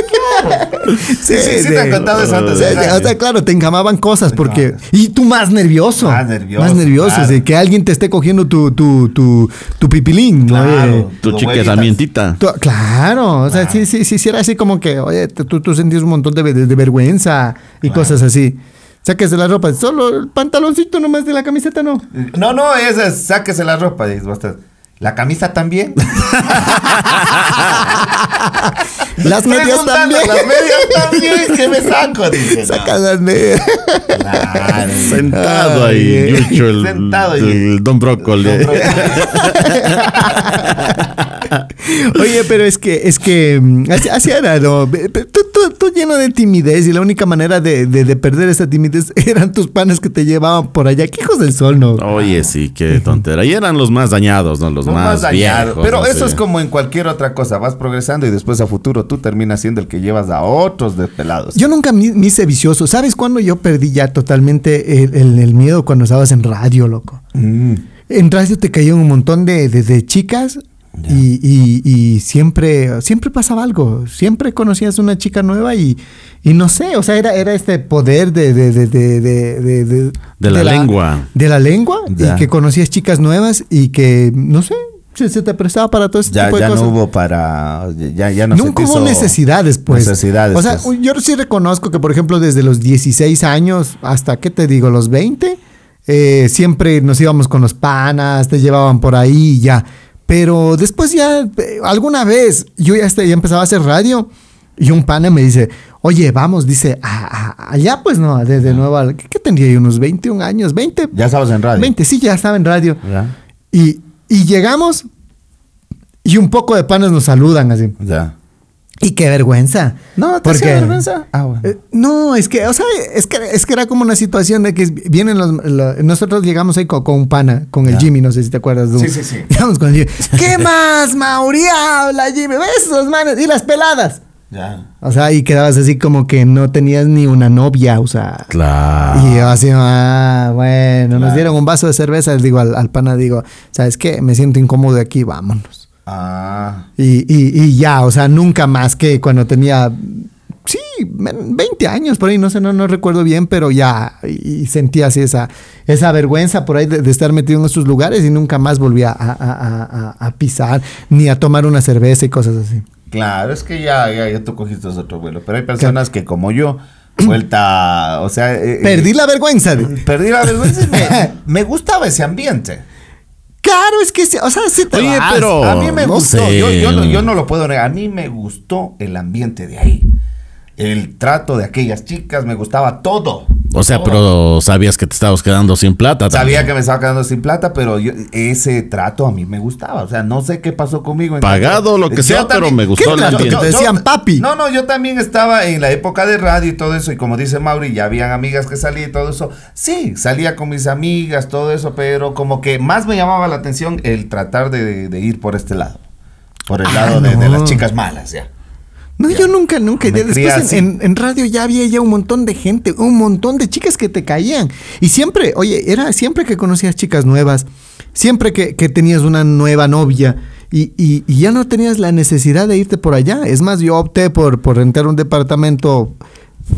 Sí, sí, sí, te han contado eso antes. Sí, sí, o sea, claro, te encamaban cosas porque... Y tú más nervioso. Más nervioso, Más nervioso, claro. de que alguien te esté cogiendo tu, tu, tu, tu pipilín. ¿no? Eh, Claro. Tu Los chica huevitas. herramientita. Tú- claro, o sea, sí, sí, sí, sí, era así como que, oye, te- tú, tú sentías un montón de, ve- de vergüenza y cosas así. Saques de la ropa, solo el pantaloncito nomás de la camiseta, no. No, no, esa es, sáquese la ropa. dices, vos estás, La camisa también. Las medias Preguntando, también. Las <laughs> medias también. ¿Qué me saco? Dice. Sacas las medias. No, claro. Sentado Ay, ahí, eh. Yucho, el, Sentado ahí. el Don Brócoli. Don Brócoli. Oye, pero es que, es que, mm, así, así era, ¿no? Pe- pe- Tú, tú- tú lleno de timidez y la única manera de, de- de perder esa timidez <laughs> eran tus panes que te llevaban por allá. ¿Qué hijos del sol, no? Oye, sí, qué tontera. Y eran los más dañados, ¿no? Los Lo más, dañado. viejos. Pero no eso sé. es como en cualquier otra cosa. Vas progresando y después a futuro tú terminas siendo el que llevas a otros despelados. Yo nunca mi- me hice vicioso. ¿Sabes cuándo yo perdí ya totalmente el, el- el miedo cuando estabas en radio, loco? Mm. En radio te caían un montón de, de- de chicas y, y- y siempre, siempre pasaba algo. Siempre conocías una chica nueva y, y no sé, o sea, era, era este poder de, de- de- de- de- de- de- De la lengua. De la lengua Ya. y que conocías chicas nuevas y que, no sé, se, se te prestaba para todo ese Ya, tipo de ya no cosas. hubo para. Ya, ya no se Nunca te hubo hizo necesidades, pues. Necesidades. O sea, pues. yo sí reconozco que, por ejemplo, desde los 16 años hasta, ¿qué te digo?, los 20, eh, siempre nos íbamos con los panas, te llevaban por ahí y ya. Pero después ya, eh, alguna vez, yo ya, este- ya empezaba a hacer radio y un pana me dice, oye, vamos, dice, "a- a- allá pues no, desde nuevo, al- ¿qué tendría yo? Unos 21 años, 20. Ah. ya estabas en radio. 20, sí, ya estaba en radio. Ya. Y, y llegamos y un poco de panas nos saludan así. Ya. Y qué vergüenza. No, ¿te hacía vergüenza? Ah, bueno. Eh, no, es que, o sea, es que, es que era como una situación de que vienen los. lo- nosotros llegamos ahí co- con, un pana, con el Ya. Jimmy, no sé si te acuerdas. <laughs> Llegamos Sí, sí, sí. con el Jimmy. ¿Qué más, Mauri? Habla, Jimmy. ¿Ves esos manes? Y las peladas. Ya. O sea, y quedabas así como que no tenías ni una novia, o sea. Claro. Y yo así, ah, bueno, nos Claro. dieron un vaso de cerveza, digo al, al pana, digo, ¿sabes qué? Me siento incómodo aquí, vámonos. Ah. Y, y- y ya, o sea, nunca más que cuando tenía, sí, men- 20 años por ahí, no sé, no, no recuerdo bien, pero ya, y, y sentía así esa, esa vergüenza por ahí de, de estar metido en estos lugares y nunca más volví a, a- a- a- a pisar ni a tomar una cerveza y cosas así. Claro, es que ya, ya, ya tú cogiste otro vuelo. Pero hay personas que, como <clears throat> yo, vuelta. O sea. eh, eh, Perdí la vergüenza. di. Perdí la vergüenza y <laughs> me, me gustaba ese ambiente. Claro, es que, sí, o sea, sí te Oye, vas. pero- a mí me no gustó, sé. yo, yo no, yo no lo puedo negar, a mí me gustó el ambiente de ahí. El trato de aquellas chicas, me gustaba todo. O sea, Todo. pero sabías que te estabas quedando sin plata. también. Sabía que me estaba quedando sin plata, pero yo- ese trato a mí me gustaba. O sea, no sé qué pasó conmigo. en- Pagado, lo que sea, pero me gustó el ambiente. Te decían, "Papi". No, no, yo también estaba en la época de radio y todo eso. Y como dice Mauri, ya habían amigas que salía y todo eso. Sí, salía con mis amigas, todo eso, pero como que más me llamaba la atención el tratar de, de ir por este lado. Por el Ah, lado de, de no. las chicas malas, ya. No, Ya. yo nunca, nunca. Me crié Ya Después así. en, en- en radio ya había ya un montón de gente, un montón de chicas que te caían. Y siempre, oye, era siempre que conocías chicas nuevas, siempre que, que tenías una nueva novia y, y- y ya no tenías la necesidad de irte por allá. Es más, yo opté por, por rentar un departamento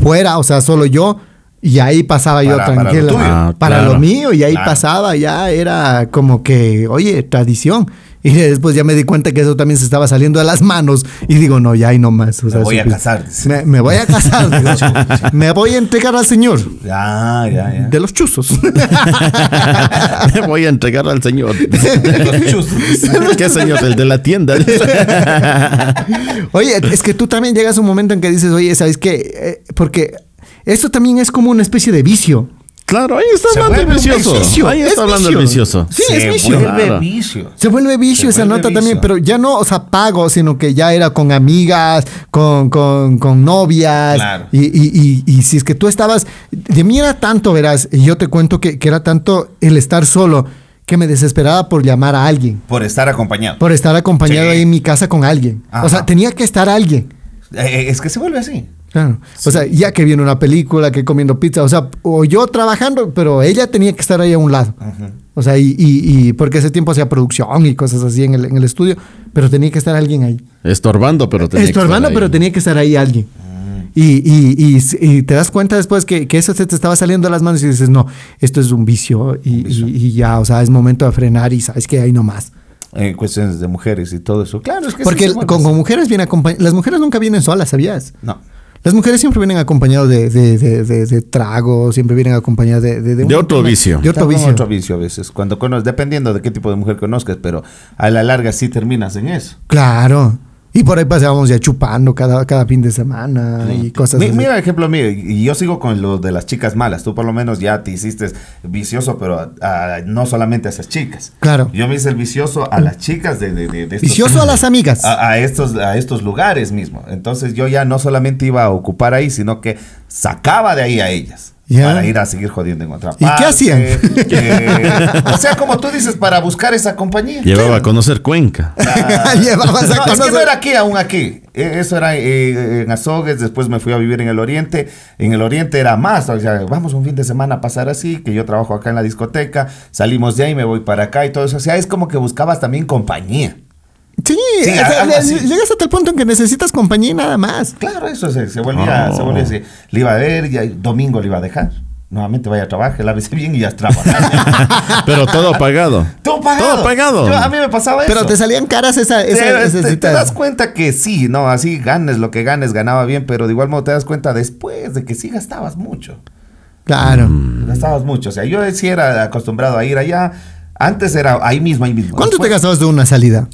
fuera, o sea, solo yo. Y ahí pasaba yo Para- para lo tranquila. tuyo. Ah, para claro. lo mío, y ahí Claro. pasaba, ya era como que, oye, tradición. <laughs> Y después ya me di cuenta que eso también se estaba saliendo de las manos. Y digo, no, ya ahí nomás. o Me voy a supiste. casar, <laughs> dice. Me, me voy <laughs> a casar. digo. me voy a entregar al Señor Ah, Ya, ya, ya. <laughs> de los chuzos. <laughs> <laughs> Me voy a entregar al señor. los chuzos, dice. ¿Qué señor? El de la tienda. oye, es que tú también llegas a un momento en que dices, oye, ¿sabes qué? Eh, porque esto también es como una especie de vicio. claro, ahí está Se hablando el vuelve un vicioso. vicio, Ahí está es hablando el vicio. vicioso. Sí, Se es vicio. vuelve Claro. vicio. Se vuelve vicio Se esa vuelve nota vicio. también, pero ya no, o sea, pago, sino que ya era con amigas, con, con, con novias. Claro. Y, y- y- y si es que tú estabas. De mí era tanto, verás, y yo te cuento que, que era tanto el estar solo que me desesperaba por llamar a alguien, Por estar acompañado. por estar acompañado Sí. ahí en mi casa con alguien. O Ajá. sea, tenía que estar alguien. Eh, es que se vuelve así. Claro. O sea, ya que viene una película, que comiendo pizza, o sea, o yo trabajando, pero ella tenía que estar ahí a un lado. O sea, y, y- y porque ese tiempo hacía producción y cosas así en el, en el estudio, pero tenía que estar alguien ahí. Estorbando, pero tenía que estar Estorbando, ahí. pero tenía que estar ahí alguien. Y, y- y- y te das cuenta después que, que eso se te estaba saliendo de las manos y dices, no, esto es un vicio y, y- y ya, o sea, es momento de frenar y sabes que ahí nomás. En cuestiones de mujeres y todo eso. Claro, es que sí Porque se vuelve con, con así. mujeres viene acompañadas, las mujeres nunca vienen solas, ¿sabías? No. Las mujeres siempre vienen acompañadas de, de, de, de- de trago, siempre vienen acompañadas de... De, un- De otro vicio. De Está otro con vicio. otro vicio a veces. Cuando conoces, dependiendo de qué tipo de mujer conozcas, pero a la larga sí terminas en eso. Claro. Y Y por ahí pasábamos ya chupando cada, cada fin de semana y cosas Ah, Mi- así. mira, ejemplo mío, y yo sigo con lo de las chicas malas. Tú por lo menos ya te hiciste vicioso, pero a- a- no solamente a esas chicas. Claro. Yo me hice el vicioso a las chicas de, de- de- de estos- Vicioso a las amigas. A, a estos, a estos lugares mismo. Entonces yo ya no solamente iba a ocupar ahí, sino que sacaba de ahí a ellas. Ya. Para ir a seguir jodiendo en otra ¿Y qué parte, hacían? <laughs> que- o sea, como tú dices, para buscar esa compañía. Llevaba a conocer Cuenca. <laughs> Llevabas a No, <laughs> es que conocer- no era aquí, aún aquí. Eh, Eso era eh, en Azogues, después me fui a vivir en el Oriente. En el Oriente era más, o sea, vamos un fin de semana a pasar así, que yo trabajo acá en la discoteca, salimos de ahí, me voy para acá y todo eso. O sea, es como que buscabas también compañía. Sí, Sí, o sea, algo le- así. llegas hasta el punto en que necesitas compañía y nada más. Claro, eso se, se volvía, Oh. se volvía así. Le iba a ver y ahí domingo le iba a dejar. Nuevamente vaya a trabajar, lávese bien y ya trabaja. Pero todo pagado. todo pagado. Todo pagado. Yo- a mí me pasaba eso. Pero te salían caras esa, Te- esa, te, esas te citas. das cuenta que sí, no, así ganes lo que ganes, ganaba bien, pero de igual modo te das cuenta después de que sí gastabas mucho. Claro. Mm. Gastabas mucho. O sea, yo sí era acostumbrado a ir allá. Antes era ahí mismo, ahí mismo. ¿Cuánto te Después- gastabas de una salida?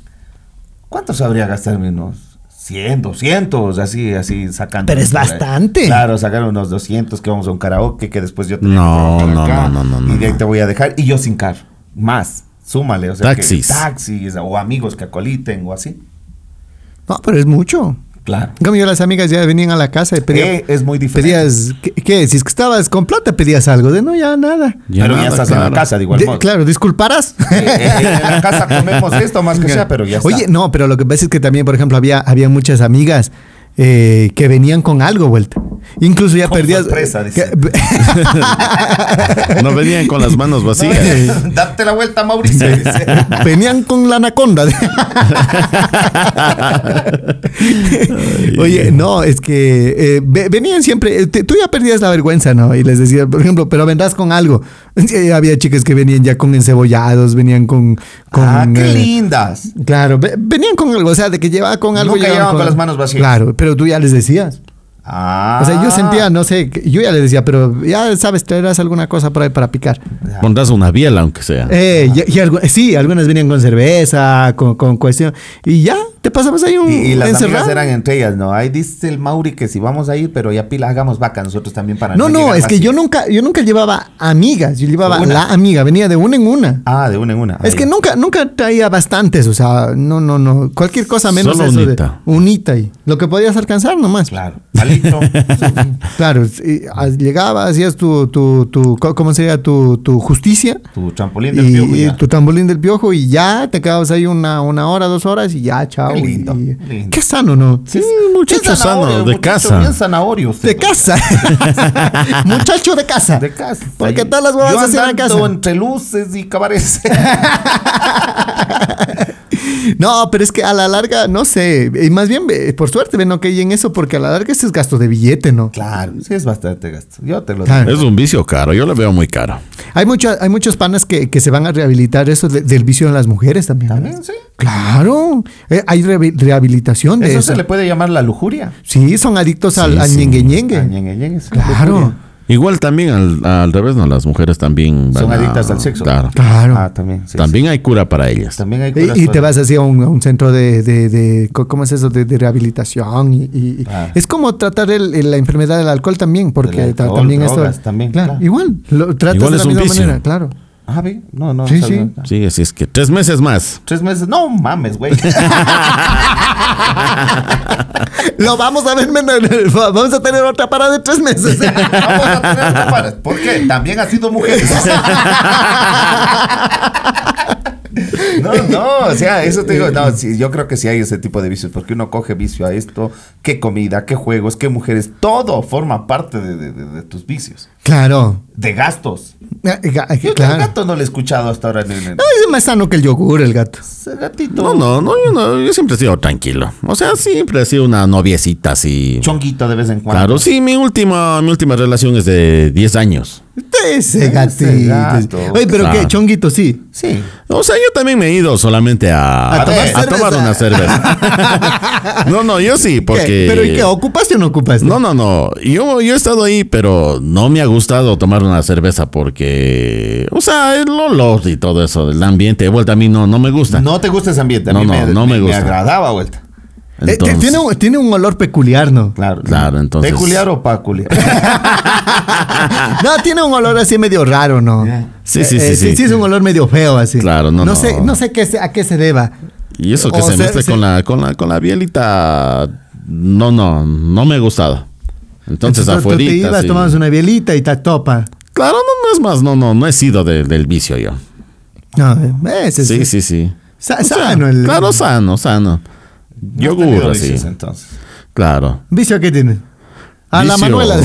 ¿Cuánto sabría gastarme unos 100, 200, así, así sacando? Pero es Por ahí. bastante. Claro, sacar unos 200 que vamos a un karaoke que después yo te No, llevo no, para acá, no, no, no, Y de ahí no. te voy a dejar y yo sin carro. Más, súmale, o sea, que Taxis. taxis o amigos que acoliten o así. No, pero es mucho. Claro. En cambio, las amigas ya venían a la casa y pedían. Eh, es muy diferente. Pedías, ¿qué, qué? Si es que estabas con plata, pedías algo. De no, ya nada. pero ya nada, estás en claro. la casa, de igual De- modo. claro, disculparás. <laughs> Eh, <laughs> eh, en la casa comemos esto más que sea, pero ya está. Oye, no, pero lo que pasa es que también, por ejemplo, había, había muchas amigas eh, que venían con algo vuelta. Incluso ya Con perdías. sorpresa, dice. que- No venían con las manos vacías. <laughs> Date la vuelta, Mauricio. dice. <laughs> venían con la anaconda. <laughs> Oye, no, es que eh, ve- venían siempre. eh, te- tú ya perdías la vergüenza, ¿no? Y les decías, por ejemplo, pero vendrás con algo. <laughs> Sí, había chicas que venían ya con encebollados, venían con. <laughs> con ah, qué eh, lindas. Claro, ve- venían con algo, o sea, de que llevaba con algo. Nunca llegaban llegaban con las manos vacías. Claro, pero tú ya les decías. Ah. O sea, yo sentía, no sé, que- yo ya les decía, pero ya sabes, traerás alguna cosa por ahí para picar. Ah. Pondrás una biela, aunque sea. Eh, y- y algu- sí, algunas venían con cerveza, con, con cuestión. Y ya, te pasabas ahí un Y, y las encerrado. amigas eran entre ellas, ¿no? Ahí dice el Mauri que si vamos a ir, pero ya pila, hagamos vaca nosotros también para No, no, llegar es que yo vacíos. nunca, yo nunca llevaba amigas, yo llevaba Una. la amiga, venía de una en una. Ah, de una en una. es Ahí. que nunca, nunca traía bastantes, o sea, no, no, no, cualquier cosa menos Solo eso de- unita. unita y lo que podías alcanzar nomás. Claro. <laughs> Palito. Claro, sí, ah, llegaba, hacías tu, tu, tu, co- ¿cómo sería? Tu, tu justicia. tu trampolín del Y, piojo y ya. tu tambolín del piojo y ya te quedabas ahí una, una hora, dos horas y ya, chao. Qué lindo, y- qué lindo. Qué sano, ¿no? Sí, muchacho Bien zanahoria, sano, de muchacho, casa. Bien zanahorio. usted. pues, De casa. <laughs> Muchacho de casa. De casa. Porque todas las Yo huevas hacían en andando casa. entre luces y <laughs> cabares. No, pero es que a la larga, no sé. Y más bien, eh, por suerte, ven, ok, en eso, porque a la larga ese es gasto de billete, ¿no? claro. Sí, es bastante gasto. Yo te lo Claro. Es un vicio caro, yo le veo muy caro. Hay, muchos hay muchos panas que, que se van a rehabilitar eso de- del vicio en las mujeres también. ¿no? También, sí. Claro, Eh, hay rehabi- rehabilitación de Eso, eso. se le puede llamar la lujuria. Sí, son adictos al, Sí, al sí. ñengue ñengue. Ah, ñengue, ñengue, es una Claro, lujuria. Igual también al, al revés, no, las mujeres también van Son a- adictas al sexo. Claro. claro. Ah, también. sí, También hay cura para sí. ellas. También hay curas Y, y te para- vas así a un, a un centro de, de- de- co- ¿cómo es eso? De, de rehabilitación. Y, y- y- Claro. Es como tratar el- el- la enfermedad del alcohol también, porque Del ta- alcohol, también drogas esto... también, claro, claro. Igual, lo tratas Igual de es la un misma vicio. manera, claro. Ah, ve. No, no. Sí, o sea, sí. no. Sí, así es que tres meses más. Tres meses. No mames, güey. <laughs> lo vamos a ver, men- <laughs> vamos a tener otra parada de tres meses. ¿eh? Vamos a tener que parar, Porque también ha sido mujeres. No, no, o sea, eso te digo, no, sí, yo creo que sí hay ese tipo de vicios, porque uno coge vicio a esto, qué comida, qué juegos, qué mujeres, todo forma parte de, de- de- de tus vicios, <laughs> claro. de gastos. Ah, ga- Yo el claro. gato no lo he escuchado hasta ahora. ni- ni- No, es más sano que el yogur, el gato. Ese gatito, No, no, no, yo, no, yo siempre he sido tranquilo. O sea, siempre he sido una noviecita así. chonguito de vez en cuando. Claro, sí, mi última, mi última relación es de 10 años. Ese gatito. gato. Oye, pero Claro. qué, chonguito, sí. Sí. O sea, yo también me he ido solamente a, A tomar a tomar cerveza. <laughs> una cerveza. no, no, yo sí, porque... ¿Qué? ¿Pero y qué? ¿Ocupaste o no ocupaste? No, no, no. Yo, yo he estado ahí, pero no me ha gustado tomar una cerveza porque, o sea, el olor y todo eso, el ambiente de vuelta a mí no, no me gusta. No te gusta ese ambiente. A No, mí no, me, no me me gusta. agradaba, vuelta. Eh, t- Entonces- tiene, un, tiene un olor peculiar, ¿no? Claro. Claro, entonces- ¿Peculiar o paculiar? <laughs> Ah. No, tiene un olor así medio raro, ¿no? Ya. Sí, sí, Eh, sí, eh, sí. es un olor medio feo así. Claro, no, no. sé, no sé qué se- a qué se deba. Y eso que O se sea, mezcle sí. con la con la con la bielita no no no me ha gustado. Entonces, tú- afuera. Tú te ibas, tomabas una bielita y te topa. Claro, no, no es más, no no no he sido de- del vicio yo. No, eh, ese Sí, sí, sí. Sa- O sea, sano el- Claro, sano, No sano. has Yogur, tenido así. vicios, ¿eh? entonces. Claro. <laughs> ¿Vicio qué tiene? A la Vicio. Manuela.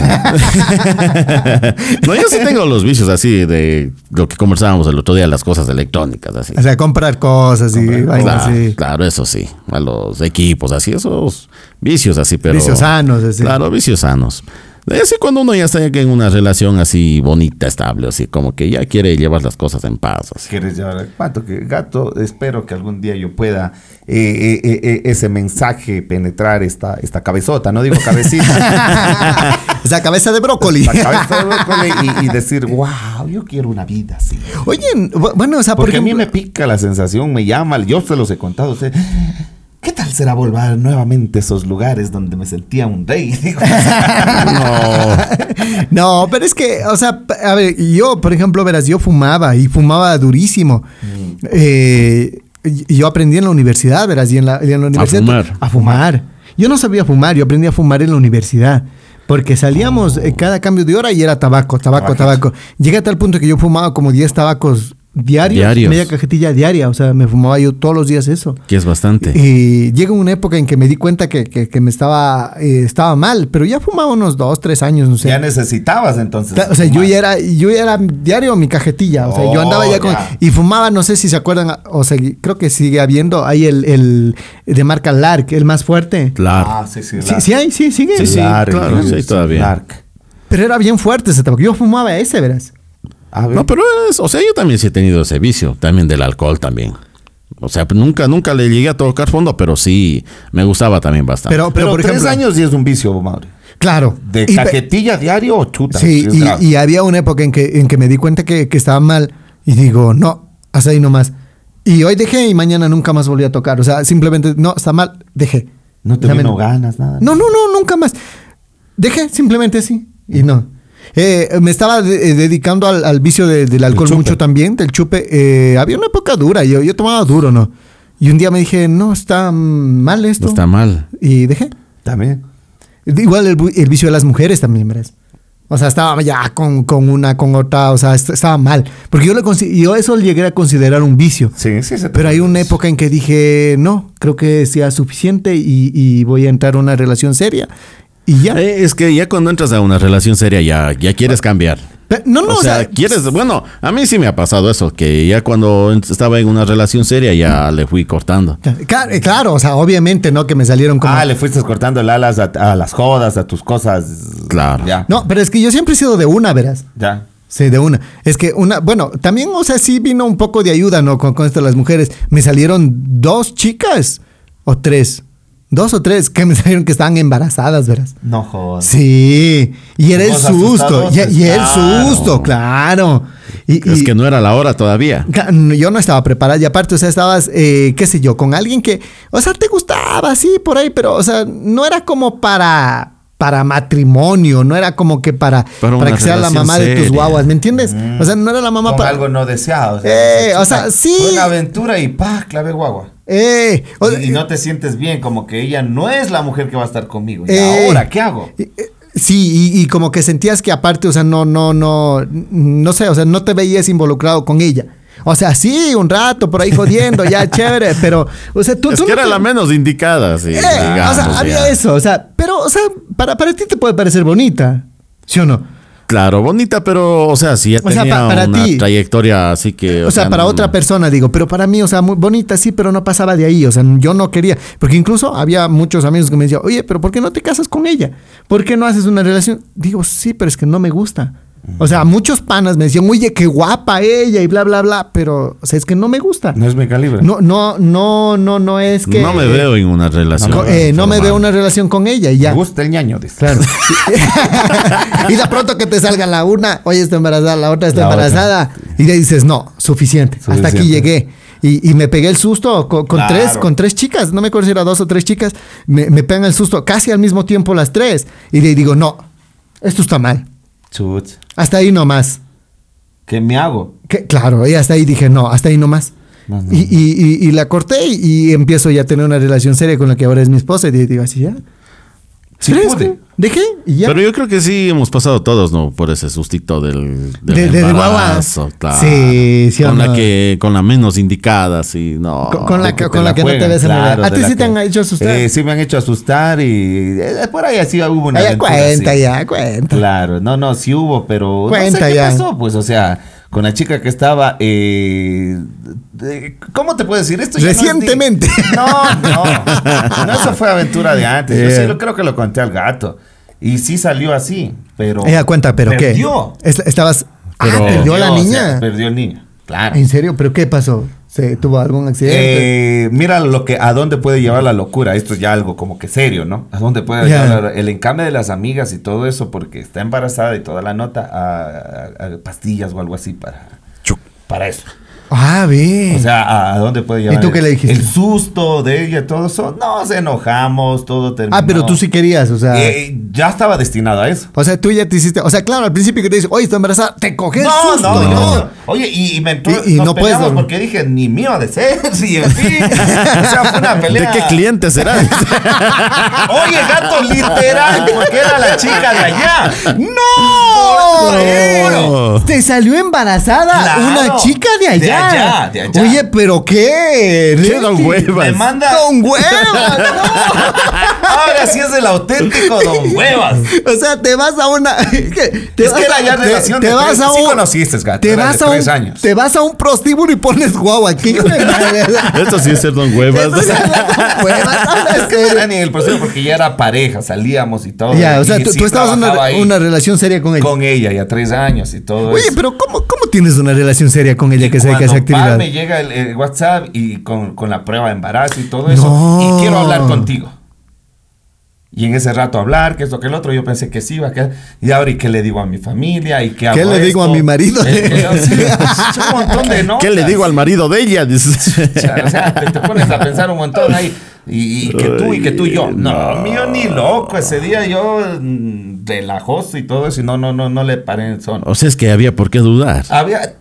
<laughs> No, yo sí tengo los vicios así de lo que conversábamos el otro día, las cosas electrónicas, así. o sea, comprar cosas y vainas Claro, así. claro, eso sí. A los equipos, así, esos vicios así, pero. Vicios sanos, así. Claro, vicios sanos. Es así cuando uno ya está en una relación así bonita, estable, así como que ya quiere llevar las cosas en paz. así. ¿Quieres llevar al pato? Que gato, espero que algún día yo pueda eh, eh, eh, eh, ese mensaje penetrar esta, esta cabezota, no digo <laughs> cabecita. O sea, cabeza de brócoli. la cabeza de brócoli y, y decir, wow, yo quiero una vida así. <laughs> Oye, bu- bueno, o sea, Porque Ah, por a mí ejemplo- me pica la sensación, me llama, yo se los he contado. o sea, ¿Qué tal será volver nuevamente a esos lugares donde me sentía un rey? <laughs> <laughs> Digo, No, pero es que, o sea, p- a ver, yo, por ejemplo, verás, yo fumaba y fumaba durísimo. Mm. Eh, y- yo aprendí en la universidad, verás, y en la, y en la universidad. fumar. A fumar. Yo no sabía fumar, yo aprendí a fumar en la universidad. Porque salíamos Oh. eh, cada cambio de hora y era tabaco, tabaco, tabaco. Llegué a tal punto que yo fumaba como 10 tabacos diarios, Diarios. media cajetilla diaria. O sea, me fumaba yo todos los días eso. Que es bastante. Y llega una época en que me di cuenta que, que- que me estaba, eh, estaba mal, pero ya fumaba unos dos, tres años, no sé. ya necesitabas entonces. Ta- O sea, yo fumar. ya era, yo ya era diario mi cajetilla. O sea, yo Oh, andaba ya con. ya. Y fumaba, no sé si se acuerdan, o sea, creo que sigue habiendo. Hay el, el de marca Lark, el más fuerte. Claro. Ah, sí, sí. Sí, Lark. sí hay, sí, sigue. Sí, sí. Lark, claro, Lark, sí, todavía. Lark. Pero era bien fuerte ese tabaco. Yo fumaba ese, verás. A ver. No, pero es, o sea, yo también sí he tenido ese vicio, también del alcohol también. O sea, nunca, nunca le llegué a tocar fondo, pero sí me gustaba también bastante. Pero, pero, Pero, por tres ejemplo. años sí es un vicio, Mauri. Claro. ¿De Y- cajetilla diario o chuta? Sí, es grave. y, y había una época en que, en que me di cuenta que, que estaba mal y digo, no, hasta ahí nomás. Y hoy dejé y mañana nunca más volví a tocar. O sea, simplemente, no, está mal, dejé. No te Realmente- vino ganas, nada. No, no, no, nunca más. Dejé, simplemente así. Y no. Eh, me estaba de- eh, dedicando al, al vicio de- del alcohol chupe. mucho también, del chupe. Eh, había una época dura, yo, yo tomaba duro, ¿no? Y un día me dije, no, está mal esto. No está mal. Y dejé. También. De Igual el, bu- el vicio de las mujeres también, ¿verdad? O sea, estaba ya con, con una, con otra, o sea, est- estaba mal. Porque yo, lo consi- yo eso llegué a considerar un vicio. Sí, sí, se te- Pero hay Pues, una época en que dije, no, creo que sea suficiente y, y voy a entrar a una relación seria. Y ya. Eh, es que ya cuando entras a una relación seria ya, ya quieres cambiar. Pe- no, no, o sea, quieres, bueno, a mí sí me ha pasado eso, que ya cuando ent- estaba en una relación seria ya le fui cortando. ca- eh, Claro, o sea, obviamente, ¿no? Que me salieron como... Ah, le fuiste cortando el alas a, a las jodas, a tus cosas. Claro. Ya. No, pero es que yo siempre he sido de una, verás. Ya. Sí, de una. Es que una, bueno, también, o sea, sí vino un poco de ayuda, ¿no? Con, con esto de las mujeres. Me salieron dos chicas o tres. Dos o tres que me salieron que estaban embarazadas, verás. No jodas. Sí, y era el Los susto, asustados, y, y el claro. susto, claro. Y, Es y- que no era la hora todavía. Ca- Yo no estaba preparada y aparte, o sea, estabas, eh, qué sé yo, con alguien que, o sea, te gustaba, sí, por ahí, pero, o sea, no era como para para matrimonio, no era como que para, Para para, una que sea la relación mamá de tus seria. Mm. guaguas, ¿me entiendes? O sea, no era la mamá Con para... algo no deseado. Eh, chuta, o sea, sí. Fue una aventura y pa, clave guagua. Eh, o- Y, y no te sientes bien, como que ella no es la mujer que va a estar conmigo. ¿Y eh, ahora qué hago? eh, eh, Sí, y, y como que sentías que aparte, o sea, no, no, no, no sé, o sea, no te veías involucrado con ella. O sea, sí, un rato por ahí jodiendo, <laughs> ya chévere, pero, o sea, tú... es tú no que era te- la menos indicada, sí. Eh, digamos, o sea, ya. había eso, o sea, pero, o sea, para, para ti te puede parecer bonita, ¿sí o no? Claro, bonita, pero, o sea, sí ya O sea, tenía pa- para una ti. trayectoria así que... O sea, para no- otra persona digo, pero para mí, o sea, muy bonita sí, pero no pasaba de ahí, o sea, yo no quería, porque incluso había muchos amigos que me decían, oye, pero ¿por qué no te casas con ella? ¿Por qué no haces una relación? Digo, sí, pero es que no me gusta. O sea, muchos panas me decían, oye, qué guapa ella y bla, bla, bla, pero, o sea, es que no me gusta. es mi calibre. No, no, no, no, no es que... No me veo en una relación. co- eh, no me formal. veo una relación con ella y ya. Me gusta el ñaño, dice. <laughs> Claro. <laughs> y de pronto que te salga la una, oye, está embarazada, la otra está La otra. embarazada. Y le dices, no, suficiente. Hasta aquí Suficiente. llegué. Y, y me pegué el susto co- con, Claro. tres, con tres chicas, no me acuerdo si era dos o tres chicas, me, me pegan el susto casi al mismo tiempo las tres. Y le digo, no, esto está mal. Chut. Hasta ahí nomás. ¿Qué me hago? Que, claro, y hasta ahí dije, no, hasta ahí nomás. No, no, y, y- y- y la corté y, y empiezo ya a tener una relación seria con la que ahora es mi esposa. Y digo, así ya. Sí Fresco. pude. Dejé y ya. Pero yo creo que sí hemos pasado todos, ¿no? Por ese sustito del, del De- de- del embarazo, guagua. claro. Sí, sí o con no. la que Con la menos indicada, sí, no. Con- con la de que- te con la que no te juegan, ves en el- ¿A de ti la sí te que- han hecho asustar? Eh, sí me han hecho asustar y eh, por ahí así hubo una Ah, ya aventura, cuenta, sí. ya cuenta. Claro, no, no, sí hubo, pero no Cuenta sé qué ya. pasó, pues, o sea, con la chica que estaba, eh, de- ¿cómo te puedo decir esto? ya no es ni- Recientemente. <laughs> No, no, no, eso fue aventura de antes, yo Yeah. Eh. sí lo- creo que lo conté al gato, y sí salió así, pero... Ella cuenta, pero perdió. qué. Es- estabas. Pero- ah, perdió a la o niña. sea, perdió el niño, claro. ¿En serio? ¿Pero qué pasó? ¿Se tuvo algún accidente? Eh, mira lo que a dónde puede llevar la locura. Esto es ya algo como que serio, ¿no? A dónde puede Ya. llevar la- el encame de las amigas y todo eso porque está embarazada y toda la nota a, a- a pastillas o algo así para para eso. ah, bien. O sea, a, a dónde puede llevar tú el- qué le dijiste? El susto de ella, todo eso. Nos enojamos, todo terminó. ah, pero tú sí Ah. querías, o sea. Eh, ya estaba destinado a eso. o sea, tú ya te hiciste. O sea, claro, al principio que te dices, oye, estoy embarazada, te coges. No, susto. no, yo- Oye, y, y me entró. Y- y nos no puedes peleamos dormir. porque dije, ni mío ha de ser. <laughs> Y en fin. o sea, fue <laughs> una ¿De pelea. qué cliente será? Oye, gato, literal, porque era la chica de allá. ¡No! Pero- Te salió embarazada Claro. una chica de allá. De allá, de allá. Oye, pero qué. ¿Qué don Ricky? Me huevas? manda. Don huevas, <laughs> Ahora sí es el auténtico Don Huevas. <laughs> O sea, te vas a una. <laughs> que- Te Es que a- era ya te- relación de te vas tres- a sí un- conociste, gato, Te era de vas a un. tres años. Te vas a un prostíbulo y pones guau aquí. <laughs> Esto sí es ser don huevas. Eso es <laughs> <laughs> don huevas, habla Es que <laughs> no era ni el proceso porque ya era pareja, salíamos y todo. Ya, o Y sea, tú, sí tú estabas en trabajaba una, ahí una relación seria con ella. con ella ya tres años y todo. Oye, eso. pero ¿cómo, ¿cómo tienes una relación seria con ella que se dedica a esa Cuando pa, actividad? me llega el, el WhatsApp y con, con la prueba de embarazo y todo eso. No. Y quiero hablar contigo. Y en ese rato hablar, que esto, que el otro, yo pensé que sí iba a quedar. Y ahora, ¿y qué le digo a mi familia? ¿Y qué hago ¿Qué le digo esto? a mi marido? Es que, o <laughs> sea, es un montón de notas. ¿Qué le digo al marido de ella? O Dice. sea, o sea, te, te pones a pensar un montón ahí. Y, y que tú, y que tú y yo. No, mío ni loco. Ese día yo mm, relajoso y todo eso. Y no, no, no, no le paré en el son. O sea, es que había por qué dudar. Había.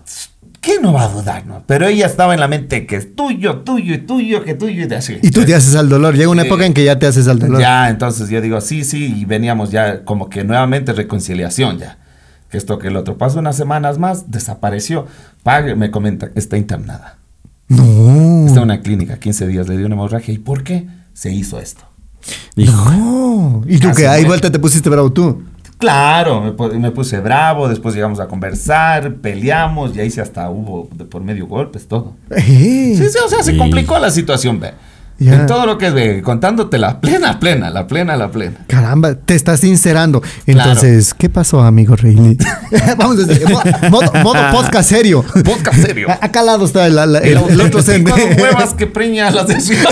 ¿Qué no va a dudar, no? Pero ella estaba en la mente que es tuyo, tuyo y tuyo, que tuyo y de así. Y tú te haces al dolor. Llega una Sí. época en que ya te haces al dolor. Ya, entonces yo digo, sí, sí, y veníamos ya como que nuevamente reconciliación ya. Que esto que el otro. Pasó unas semanas más, desapareció. Pague, me comenta, está internada. No. Está en una clínica, 15 días, le dio una hemorragia. ¿Y por qué se hizo esto? Hijo. No. ¿Y tú Casi qué? Ahí muere. vuelta te pusiste bravo tú. Claro, me, pu- me puse bravo, después llegamos a conversar, peleamos, y ahí sí hasta hubo de por medio golpes, todo. Eh. Sí, sí, o sea, se Sí. complicó la situación, ve. Ya. En todo lo que es, ve, contándote la plena, plena, la plena, la plena. Caramba, te estás sincerando. Claro. Entonces, ¿qué pasó, amigo Rayleigh? <laughs> Vamos a decir, mo- modo, modo podcast serio. Podcast serio. A- Acá al lado está el, el- el otro auténtico <laughs> sendero. don huevas que preña a las de <laughs> ciudad.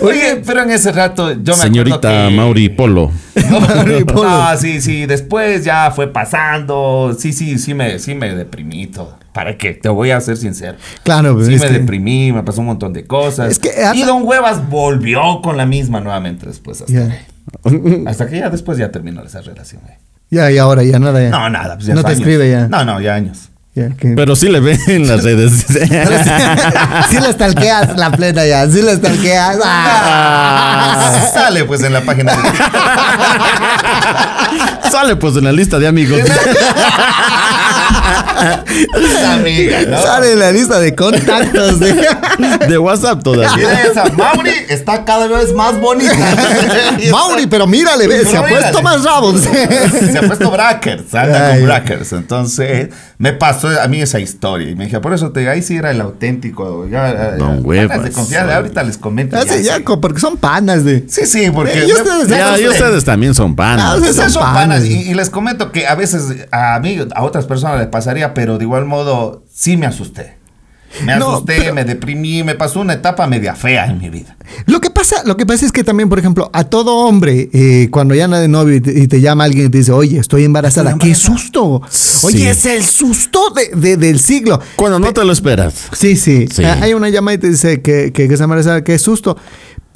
Oye, pero en ese rato yo me acuerdo Señorita que- Mauri Polo. Mauri Polo. Ah, sí, sí, después ya fue pasando. Sí, sí, sí me, sí me deprimí y todo. ¿Para qué? Te voy a ser sincero. Claro, pero Sí Pues me es que- deprimí, me pasó un montón de cosas. Es que- ah, y Don Huevas volvió con la misma nuevamente después. Hasta, Ya. que, hasta que ya después ya terminó esa relación. eh. Ya, y ahora ya nada. Ya. No, nada. pues ya no te años. escribe ya. No, no, ya años. Ya, que- Pero sí le ven en las redes. Pero sí, <laughs> sí la stalkeas la plena ya. Sí la stalkeas. Ah. <laughs> Sale pues en la página de <laughs> Sale pues en la lista de amigos. amiga, ¿no? Sale en la lista de contactos. de- <laughs> De WhatsApp todavía. Mira esa, Mauri está cada vez más bonita. <laughs> <laughs> Mauri, pero mírale, ve, Pero se ha puesto mírale. más <laughs> rabos. <laughs> Se ha puesto brackers, anda Ay. con brackers. Entonces, me pasó a mí esa historia. Y me dije, por eso te digo, ahí sí era el auténtico. Ya, Don ya, Huevas. ganas de confiar, ahorita les comento. Así, ya, Ah, ya, co- porque son panas de. Sí, sí, porque. Y ustedes- Ya, y ustedes- ustedes también son Ah, panas. ustedes Ustedes son son panas. panas. Y, y les comento que a veces a mí, a otras personas les pasaría, pero de igual modo sí me asusté. Me No, asusté, pero- me deprimí, me pasó una etapa media fea en mi vida. Lo que pasa, lo que pasa es que también, por ejemplo, a todo hombre, eh, cuando ya anda de novio y te, y te llama alguien y te dice, oye, estoy embarazada, Estoy embarazada. qué susto. Sí. Oye, es el susto de- de- del siglo. Cuando no te lo esperas. Sí, sí. Sí. Ah, Hay una llamada y te dice que, que, que está embarazada, qué susto.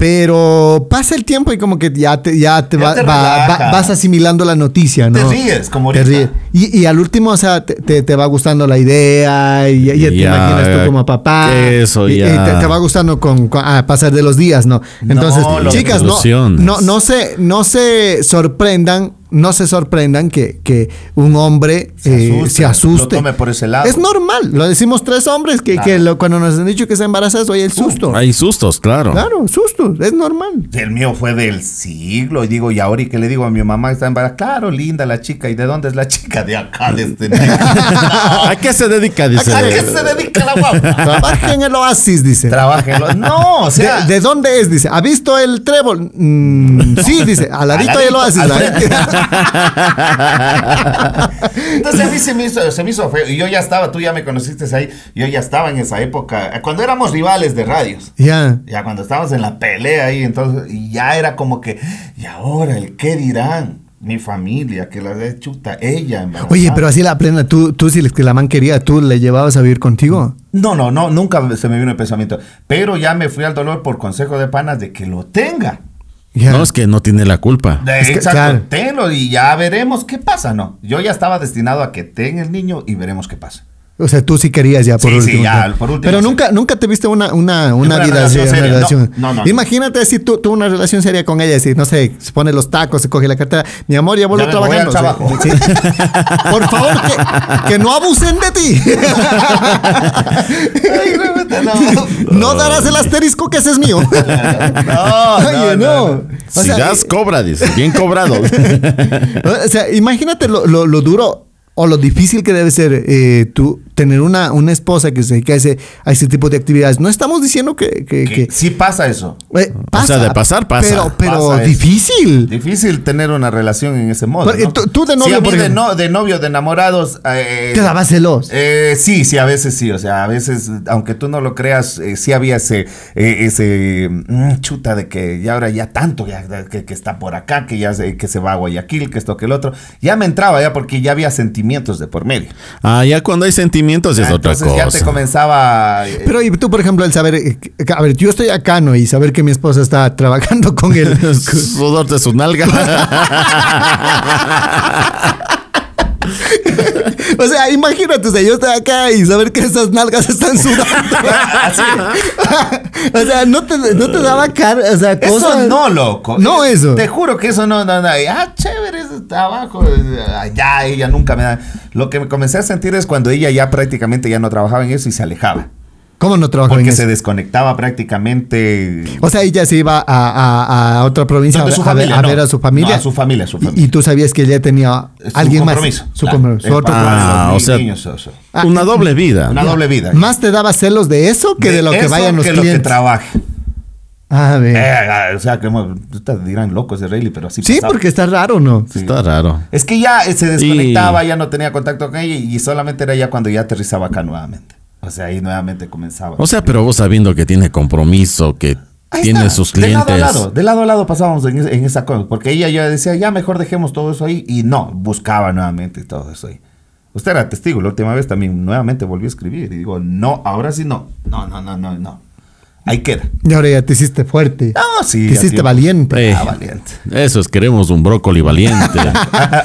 Pero pasa el tiempo y como que ya te, ya te Ya va- te va- relaja. va- vas asimilando la noticia, ¿no? ríes, como Te ahorita. ríes. Y, y al último, o sea, te, te- te va gustando la idea y ya, ya te Ya, imaginas tú como papá. eso, Y- y ya. te, te va gustando con, con- a pasar de los días, ¿no? Entonces, No, lo- chicas, no, Ilusiones. no, no se, no se sorprendan, no se sorprendan que, que un hombre Se eh, asuste, se asuste. lo tome por ese lado. Es normal, lo decimos tres hombres que, que lo- cuando nos han dicho que se embarazas, oye, el susto. Hay sustos, claro. claro, susto, es normal. Y El mío fue del siglo. Y digo, y ahora, ¿y qué le digo a mi mamá que está embarazada? Claro, linda la chica. ¿Y de dónde es la chica? De acá, de este. <laughs> <laughs> ¿A qué se dedica? Dice. ¿A qué se dedica la <laughs> guapa? Trabaja en el oasis, dice. Trabájelo. No, o ¿De, sea. de dónde es? Dice. ¿Ha visto el trébol? Mm, sí, dice. Al ladito del ladito, oasis. al la frente. gente- Entonces a mí se me, hizo, se me hizo feo. Y yo ya estaba, tú ya me conociste ahí. Yo ya estaba en esa época. eh, Cuando éramos rivales de radios. <laughs> Ya. Ya cuando estábamos en la pelea ahí, entonces y ya era como que, ¿y ahora el qué dirán? Mi familia, que la de chuta, ella. embarazada. Oye, pero así la plena, tú, tú si que la man quería, tú le llevabas a vivir contigo. No, no, no, nunca se me vino el pensamiento. Pero ya me fui al dolor por consejo de panas de que lo tenga. Ya. No, es que no tiene la culpa. De- Es que, Exacto, claro. tenlo y ya veremos qué pasa, ¿no? Yo ya estaba destinado a que tenga el niño y veremos qué <laughs> pasa. O sea, tú sí querías ya por Sí, sí, último. ya, por último, Pero sí. nunca, nunca te viste una, una, una, Una vida relación así, una seria, no, relación. no, no, no. Imagínate si tú, tú una relación seria con ella, si no sé, se pone los tacos, se coge la cartera. Mi amor, ya vuelvo Ya me voy trabajando. al trabajo. Sí, sí. <laughs> Por favor, que, que no abusen de ti. <laughs> Ay, no, no. <laughs> no darás el asterisco que ese es mío. <laughs> No, Oye, no, no. no. O si sea, das, cobra, dice. Bien <laughs> cobrado. <laughs> O sea, imagínate lo, lo- lo duro o lo difícil que debe ser eh, tú tener una, una esposa que se dedica a ese, a ese tipo de actividades. No estamos diciendo que... que- Que que- sí pasa eso. eh, sea, de pasar, pasa. Pero, pero Pasa, es- difícil. Difícil tener una relación en ese modo. Porque ¿no? eh, tú- tú de Sí, novio, a mí por de, ejemplo. no- de novio, de enamorados. eh, Te daba celos. eh, sí, sí, a veces sí. O sea, a veces, aunque tú no lo creas, eh, sí había ese, eh, ese mm, chuta de que ya ahora ya tanto, ya, ya que, que está por acá, que ya se- que se va a Guayaquil, que esto, que el otro. Ya me entraba ya porque ya había sentimientos de por medio. Ah, ya cuando hay sentimientos es Ah, otra Entonces ya te cosa. <laughs> comenzaba. eh, Pero y tú, por ejemplo, el saber... eh, que- A ver, yo estoy acá, ¿no? Y saber que mi esposa está trabajando <laughs> con <laughs> él. Sudor de su nalga. <laughs> o sea, imagínate, o sea, yo estoy acá y saber que esas <laughs> nalgas están sudando. <laughs> o sea, no te, no te daba cara, o sea, Eso cosas... no, loco. No, Eh, eso. Te juro que eso no, no, no. Y, Ah, chévere, eso está abajo. Ay, Ya, ella nunca me da. Lo que me comencé a sentir es cuando ella ya prácticamente ya no trabajaba en eso y se alejaba. ¿Cómo no trabajo en Porque eso? se desconectaba prácticamente. O sea, ella se iba a, a- a otra provincia a, Donde ver- su a ver, familia, a ver no. a su familia. No, a su familia, su Y- familia. Y, tú sabías que ella tenía Es alguien un más. compromiso. Su Claro, compromiso. es su otro para compromiso. Ah, los o sea, niños, o sea, Ah, Una doble vida. Una doble vida. pues, Más te daba celos de eso que de, lo que eso vayan los que lo que clientes. trabaje. a ver. Eh, ah, o sea, que mo- ustedes dirán locos de Rayleigh, pero así sí, pasaba. porque está raro, ¿no? Está raro. Es que ya eh, se desconectaba, ya no tenía contacto con ella y solamente era ya cuando ya aterrizaba acá nuevamente. O sea, ahí nuevamente comenzaba. O sea, pero vos sabiendo que tiene compromiso, que Ahí tiene está, sus De clientes. lado a lado, de lado a lado pasábamos en, es- en esa cosa, porque ella ya decía, ya mejor dejemos todo eso ahí, y no, buscaba nuevamente todo eso ahí. Usted era testigo, la última vez también nuevamente volvió a escribir, y digo, no, ahora sí no, no, no, no, no, no. Ahí queda. Y ahora ya te hiciste fuerte. No, sí. a te hiciste tiempo. valiente. Eh, Ah, valiente. <laughs> eso es, queremos un brócoli valiente.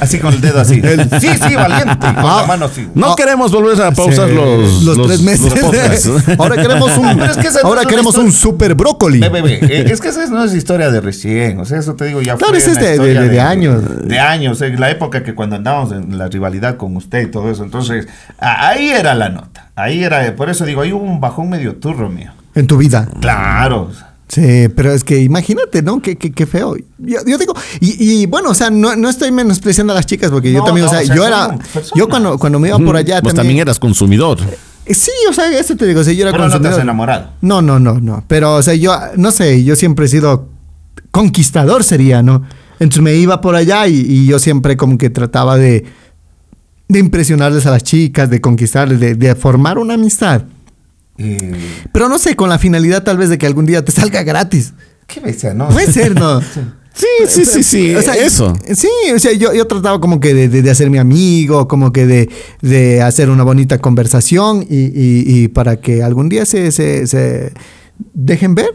así con el dedo <laughs> así. sí, sí, valiente. y Con Ah. la mano sí. No Oh, queremos volver a pausar Sí, los, tres meses. los podcasts. <laughs> ahora queremos un, No, pero <laughs> es que esa no ahora es una queremos historia. un super brócoli. Ve, ve, ve, eh, Es que esa no es historia de recién, o sea, eso te digo ya Claro, esa una es este, de- historia de- de años. De años, en la época que cuando andábamos en la rivalidad con usted y todo eso, entonces a- ahí era la nota, ahí era, eh, por eso digo, ahí hubo un bajón medio turro mío. En tu vida. Claro. Sí, pero es que imagínate, ¿no? Qué, qué, qué feo. Yo, yo digo, y, y bueno, o sea, no, no estoy menospreciando a las chicas porque yo No, también, no, o sea, o sea, yo son era, personas. yo cuando, cuando me iba por allá Vos también, pues también eras consumidor. Eh, Sí, o sea, eso te digo, o sea, yo era Pero no te has consumidor. enamorado. No, no, no, no. Pero, o sea, yo, no sé, yo siempre he sido conquistador sería, ¿no? Entonces me iba por allá y, y yo siempre como que trataba de, de impresionarles a las chicas, de conquistarles, de, de formar una amistad. Eh, Pero no sé, con la finalidad tal vez de que algún día te salga gratis. qué bestia, ¿no? Puede <laughs> ser, ¿no? Sí, sí, sí, sí. O sea, eso. Sí, o sea, yo, yo trataba como que de, de, de hacer mi amigo, como que de, de hacer una bonita conversación y, y- y para que algún día se, se, se dejen ver,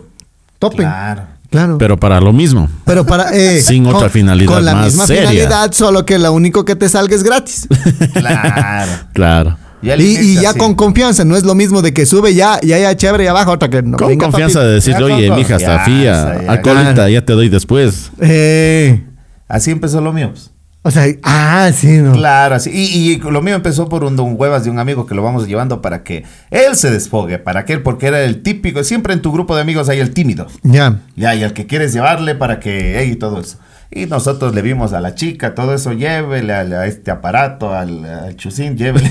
topen. Claro. Claro. Pero para lo mismo. Pero para. eh, <laughs> Sin otra finalidad Con la más misma seria. finalidad, solo que lo único que te salga es gratis. Claro. <laughs> Claro. <laughs> Ya le y, y hiciste ya así. con confianza, no es lo mismo de que sube ya, ya, ya, chévere, y abajo otra que no. Con venga, confianza de decir, Ya, oye, con mija, hasta confianza, fía, ya, alcoholita, claro. ya te doy después. papi. Eh, Así empezó lo mío. pues. o sea, ah, sí, no. Claro, así. Y, y lo mío empezó por un don huevas de un amigo que lo vamos llevando para que él se desfogue, para que él, porque era el típico, siempre en tu grupo de amigos hay el tímido. Ya. Ya, y al que quieres llevarle para que, ey, y todo eso. Y nosotros le vimos a la chica, todo eso, llévele al- a, este aparato, al, al chusín, <laughs> llévele.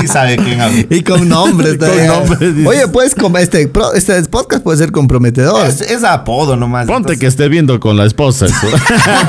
sí sabe quién habla. Y <laughs> con nombres, Con todavía. nombres, dices. Oye, pues con este, pro- este podcast puede ser comprometedor. Es, es apodo nomás. Ponte entonces- que esté viendo con la esposa. <laughs>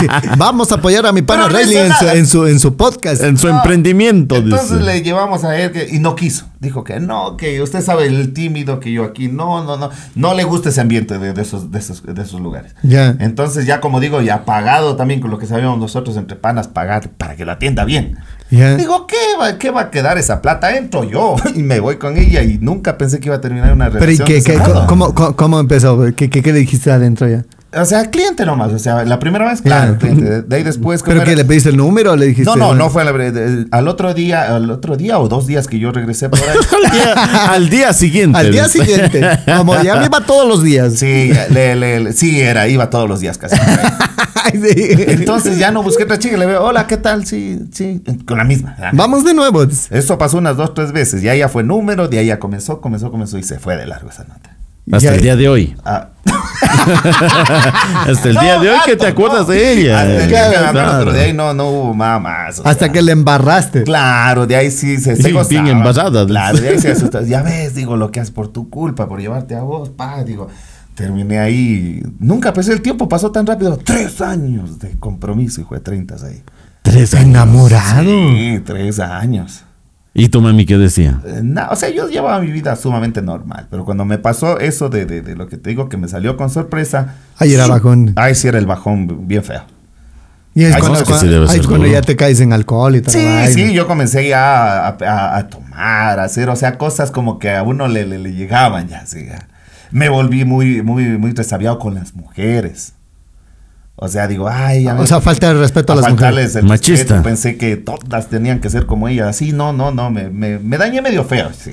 Sí, Vamos a apoyar a mi pana Pero no hizo Rayleigh en su, nada. en, su, en su podcast. <laughs> en su No. emprendimiento. Entonces <laughs> dice. le llevamos a él que- y no quiso. Dijo que no, que usted sabe el tímido que yo aquí. No, no, no. No le gusta ese ambiente de, de esos, de, esos, de esos lugares. Ya. Entonces ya como digo, ya pagado también con lo que sabíamos nosotros entre panas, pagar para que lo atienda bien. Ya. Digo, ¿qué va, ¿qué va a quedar esa plata? Entro yo <laughs> y me voy con ella y nunca pensé que iba a terminar una Pero ¿y relación. qué, de qué- ese modo. cómo, cómo- cómo empezó? ¿Qué, qué, qué le dijiste adentro ya? O sea, cliente nomás. O sea, la primera vez, Ya. claro, cliente. De- De ahí después... ¿cómo ¿Pero era? que le pediste el número o le dijiste? No, no, bueno? no fue a la bre- de- al otro día, al otro día o dos días que yo regresé por <laughs> ahí. al, día, al día siguiente. Al día dice. siguiente. Como ya me iba todos los días. <laughs> Sí, le- le- le- sí, era, iba todos los días casi. Sí. Entonces ya no busqué otra chica, le veo, hola, ¿qué tal? Sí, sí, con la misma. Ah, Vamos de nuevo. Eso pasó unas dos, tres veces, ya ya fue número, de ahí ya comenzó, comenzó, comenzó y se fue de largo esa nota. <laughs> Hasta Ya- el día <laughs> de hoy. Ah, Hasta el día no, de hoy que gato, te acuerdas no. de ella. Hasta el día de- Claro. al otro día y no, no hubo mamás. o Hasta sea. que le embarraste. Claro, de ahí sí se, Sí, se bien gozaba. embarrada. Claro, de ahí se asustaba. Ya ves, digo, lo que haces por tu culpa, por llevarte a vos, pa, digo. Terminé ahí. Nunca pensé el tiempo, pasó tan rápido. Tres años de compromiso, hijo de 30 ahí. Tres años. Ah, Enamorado. Sí, tres años. ¿Y tu mami qué decía? Eh, no, o sea, yo llevaba mi vida sumamente normal, pero cuando me pasó eso de, de- de lo que te digo que me salió con sorpresa. Ahí era sí, bajón. Ahí sí era el bajón bien feo. Y es Ay, cuando, no, es que sí debe ahí ser es cuando duro. ya te caes en alcohol y todo. Sí, sí, yo comencé ya a, a- a tomar, a hacer, o sea, cosas como que a uno le, le- le llegaban ya, sí, ya. Me volví muy, muy, muy resabiado con las mujeres. O sea, digo, ay, ya O me- sea, falta de respeto a las mujeres. faltarles el Machista. respeto, Pensé que todas tenían que ser como ellas. Así, no, no, no, me, me, me dañé medio feo, sí.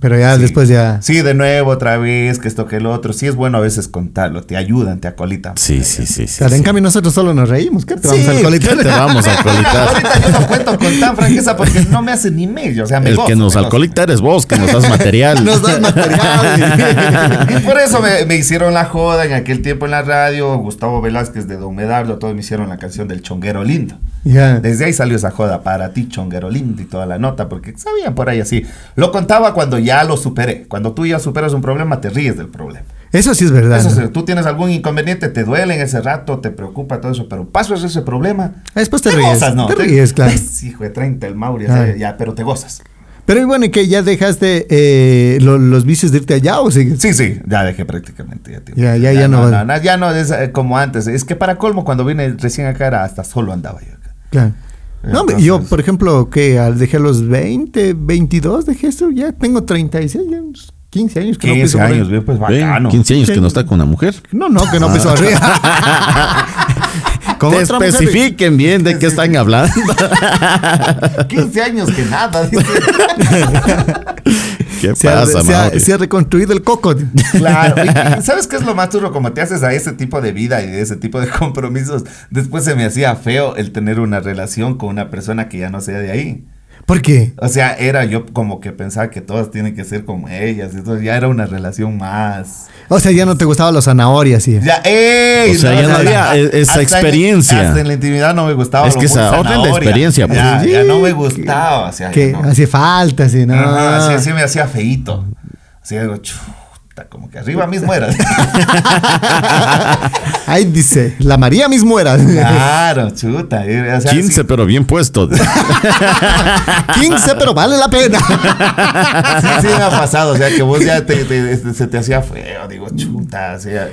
Pero ya Sí. después Ah. ya. Sí, de nuevo, otra vez, que esto, que lo otro. Sí, es bueno a veces contarlo, te ayudan, te acolitan. Sí, sí, sí. O sí, sea, en sí. cambio nosotros solo nos reímos. ¿Qué te vamos Sí, a <laughs> alcoholizar? Te vamos <laughs> a Mira, alcoholitar. ahorita yo no cuento con tan franqueza <laughs> porque no me hace ni medio. O sea, me El gozo, que nos me gozo. alcoholita eres vos, que nos das <laughs> material. Nos das material. Y <laughs> por eso me, me hicieron la joda en aquel tiempo en la radio. Gustavo Velázquez de Don Medardo, todos me hicieron la canción del chonguero lindo. <laughs> Ya. Desde ahí salió esa joda para ti, chonguero lindo y toda la nota, porque sabían por ahí así. Lo contaba cuando ya lo superé. Cuando tú ya superas un problema, te ríes del problema. Eso sí es verdad. Eso ¿no? sí, tú tienes algún inconveniente, te duele en ese rato, te preocupa todo eso, pero pasas ese problema. Ah, Después te ríes, gozas, ¿no? te ríes, claro. ves, hijo de 30, el Mauri, o sea, Ah. ya, pero te gozas. Pero y bueno, ¿y que ya dejaste eh, lo- los vicios de irte allá o sigues? Sí, sí, ya dejé prácticamente. Ya, tío. Ya, ya, ya no no, vas. no, ya no es eh, como antes. Es que para colmo, cuando vine recién acá, era hasta solo andaba yo. acá. Claro. No, hombre, yo, Entonces- por ejemplo, que al dejé a los 20, 22, dejé eso, ya tengo 36, ya unos 15 años que no 15 piso por ahí. años, bien, pues Ven, bacano. 15 años que no está con una mujer. No, no, que no piso Ah. <laughs> arriba. Con Te otra mujer. especifiquen bien de qué están hablando. <laughs> 15 años que nada. dice. ¿Qué Se ha, pasa, se ha- Mauri? se ha reconstruido el coco. Claro. y- y ¿Sabes qué es lo más duro? Como te haces a ese tipo de vida y de ese tipo de <laughs> compromisos, después se me hacía feo el tener una relación con una persona que ya no sea de ahí. ¿Por qué? O sea, era yo como que pensaba que todas tienen que ser como ellas, entonces ya era una relación más. O sea, ya no te gustaban los zanahorias, sí. Ya, ¡ey! O sea, ya no había e- esa hasta en- experiencia. hasta en la intimidad no me gustaba. Es lo que esa muy otra es la zanahoria. experiencia, pues. Ya, ya Sí, no me que- gustaba. O sea, ya que no. hacía falta, sí, no. Ajá, así, así me hacía feito. Así digo, chuta. Puta, Como que arriba mismo era. <laughs> Ahí dice, la María mismo era. Ah. claro, chuta. y, o sea, 15, sí- pero bien <laughs> puesto. 15, pero vale la pena. Sí, sí me ha pasado, o sea, que vos ya te, te- este, se te hacía feo, digo, chuta, o sea,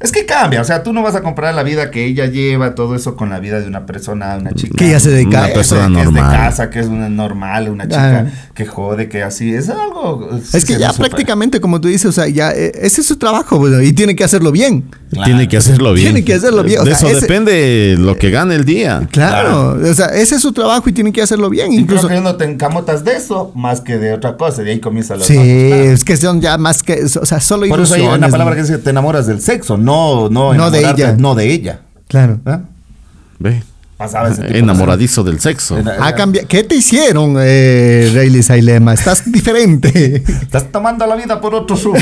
es que cambia, o sea, tú no vas a comparar la vida que ella lleva, todo eso con la vida de una persona, una chica. Que ya se dedica a eh, eso. persona que es de normal. casa, que es una normal, una chica que jode, que así, es algo... eh, <laughs> sí Es que se ya me supera. prácticamente, como tú dices, o sea, ya eh, ese es su trabajo bueno, y tiene que hacerlo bien. Tiene que hacerlo bien. Tiene que hacerlo bien, o de sea, eso ese- depende lo que gane el día. Claro, o sea, ese es su trabajo y tiene que hacerlo bien. Y Incluso, creo que no te encamotas de eso más que de otra cosa, de ahí comienza la sí, claro. es que son ya más que, o sea, solo Por eso hay una ilusiones, palabra que dice, te enamoras del sexo, no, no, No de enamorarte, ella. No de ella. Claro. ¿eh? Ve. Pasaba ese tipo de- Enamoradizo del sexo. <laughs> Ha cambiado. ¿Qué te hicieron, eh, Rayleigh Sailema? Estás <laughs> diferente. Estás tomando la vida por otro <laughs> rumbo.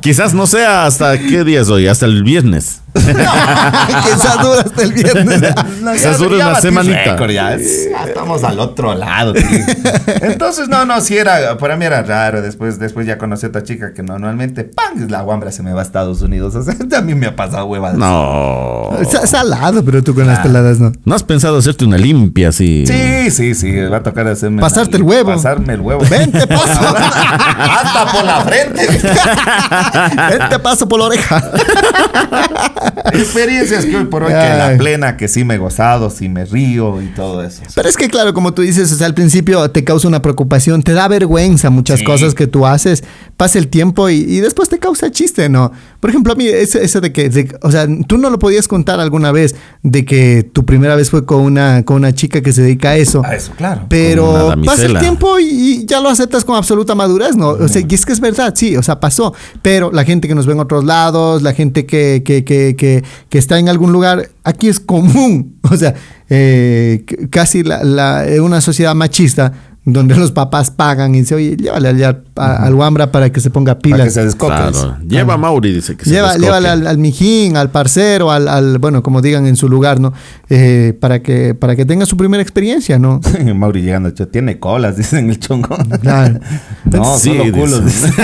Quizás no sea hasta qué día es hoy, hasta <laughs> el viernes. Quizás dura hasta el <laughs> viernes. No, Esas duran una batí semanita. récord, ya es- ya estamos al otro lado. tío. Entonces, no, no, si era, para mí era raro. Después, después ya conocí a otra chica que normalmente, ¡pam! La guambra se me va a Estados Unidos. O sea, <laughs> a mí me ha pasado hueva. No. Sa- Salado, pero tú con las peladas <laughs> no. ¿No has pensado hacerte una limpia así? Sí, sí, sí, va a tocar hacerme. Pasarte el huevo. Pasarme el huevo. Ven, te paso. <laughs> Hasta por la frente. Ven, Eh, te paso por la oreja. Experiencias que hoy por hoy, que Ay. la plena, que sí me he gozado, sí me río y todo eso. Pero es que, claro, como tú dices, o sea, al principio te causa una preocupación, te da vergüenza muchas Sí. cosas que tú haces, pasa el tiempo y, y después te causa chiste, ¿no? Por ejemplo, a mí eso, eso de que, de- o sea, tú no lo podías contar alguna vez de que tu primera vez fue con una, con una chica que se dedica a eso. A eso, claro. Como Pero una pasa el damisela. tiempo y, y ya lo aceptas con absoluta madurez, ¿no? O sea, y es que es verdad, sí, o sea, pasó. Pero la gente que nos ve en otros lados, la gente que, que, que, que, que está en algún lugar, aquí es común. <laughs> O sea, eh, c- casi la, la- eh, una sociedad machista donde los papás pagan y dicen, oye, llévale allá a- al Wambra para que se ponga pilas. Para que se descoque. Claro. Lleva a Mauri, dice que se Lleva, descoque. llévale al, al mijín, al parcero, al, al- bueno, como digan en su lugar, ¿no? Eh, para, que, para que tenga su primera experiencia, ¿no? <laughs> Mauri llegando, "Cho, tiene colas, <laughs> dicen el chongo. Claro. <laughs> No, Sí, solo culos. <laughs> dice. dice.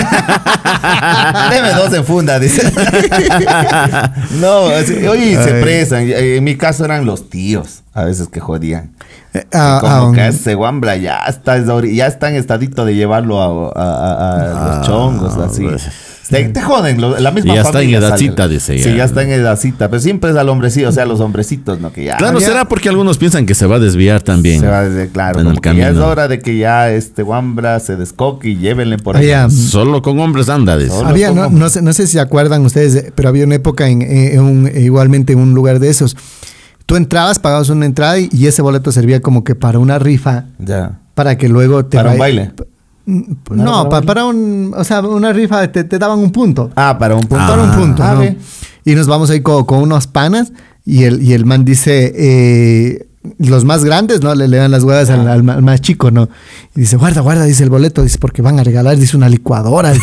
Deme dos en funda, dice. <laughs> no, así, oye, se presan. Eh, En mi caso eran los tíos, a veces que jodían. Eh, ah, Como ah, que ese guambra ya está, es ori- ya está en estadito de llevarlo a, a- a- a los chongos, así. Te, te joden, lo- la misma Ah, Y ya está familia en sale. edadcita, dice Sí, ya. ya está en edadcita. Pero siempre es al hombrecito, o sea, los hombrecitos, ¿no? Que ya. Claro, Había- será porque algunos piensan que se va a desviar también. Se va desde, claro, En como el que ya es camino. hora de que ya este guambra se descoque y llévenle por ahí. había, Solo con hombres anda, dice. Solo. había- no, ¿cómo? no sé, no sé si se acuerdan ustedes, eh, pero había una época en, eh, en un- eh, igualmente en un lugar de esos. Tú entrabas, pagabas una entrada y, y ese boleto servía como que para una rifa, Ya. para que luego te... Para un vay- baile. Mm, p- ¿No era No, para pa- baile? para un... O sea, una rifa te, te daban un punto. Ah, para un punto. Ah. Para un punto, Ah, ¿no? ve. Y nos vamos ahí co- con, unos panas y el, y el man dice, eh, los más grandes, ¿no? Le, le dan las huevas Ah. al, al ma- al más chico, ¿no? Y dice, guarda, guarda, dice el boleto, dice, porque van a regalar, dice, una licuadora.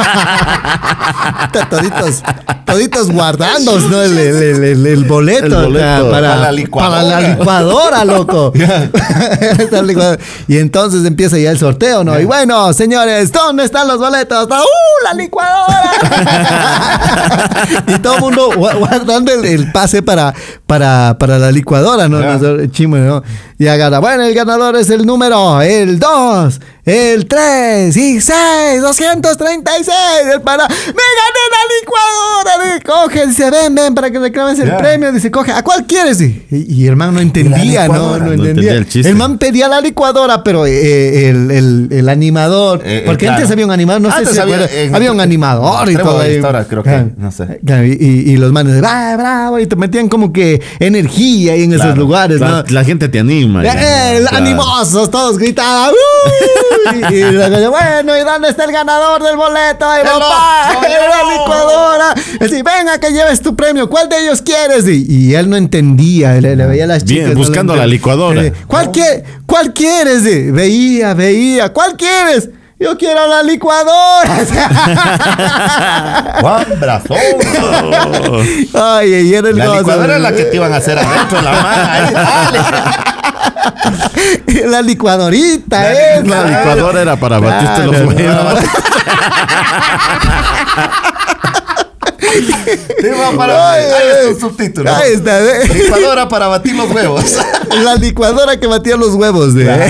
Ta- <laughs> toditos, toditos guardandos, ¿no? El, el- el- el- el boleto, El boleto. acá, para, Para la licuadora. para la licuadora, <laughs> loco. Esta licuadora. y entonces empieza ya el sorteo, ¿no? Y bueno, señores, ¿dónde están los boletos? ¡Uh, la licuadora! <laughs> y todo el mundo gua- guardando el, el pase para, para, para la licuadora, ¿no? Ya. Nosotros, chimo, ¿no? Y agarra, bueno, el ganador es el número, el 2, el 3 y 6, 236, el para, me gané la licuadora, coge, dice, ven, ven, para que reclames el Ya. premio, dice, coge, ¿a cuál quieres? Y, y- y el man no entendía, ¿no? licuadora. No No entendía. entendía el chiste. man pedía la licuadora, pero eh, el, el- el animador, Eh, eh, porque claro. antes había un animador, no sé Antes si había- había, en- había un animador y Trevor todo. de ahí. Historias, creo que, Claro. no sé. Claro, y, y- y los manes, ¡ah, bravo! Y te metían como que energía ahí en esos Claro. lugares, La, ¿no? la gente te anima. Eh, ya. eh, Claro. animosos, todos gritaban. ¡uh! y, y la gente, bueno, ¿y dónde está el ganador del boleto? ¡Ay, ¡El papá! otro! ¡Era la licuadora! Así, venga que lleves tu premio, ¿cuál de ellos quieres? Y, y él no entendía, le, le veía a las Ah, Bien, chicas. no le buscando la entendía. licuadora. Eh, ¿Cuál, quie- cuál quieres? Eh, Veía, veía, ¿cuál quieres? Yo quiero la <laughs> licuadora. Juan <laughs> Brazoso. Oh. Ay, y era el La gozo. licuadora es la que te iban a hacer adentro, la mano. Ahí, dale. <laughs> La licuadorita, La eh. La licuadora era para batirte Claro, los no. huevos. Tema para. Ay, Ahí está ay. el subtítulo. eh, Ahí está, eh. <laughs> Licuadora para batir los <laughs> huevos. La licuadora que batía los huevos de.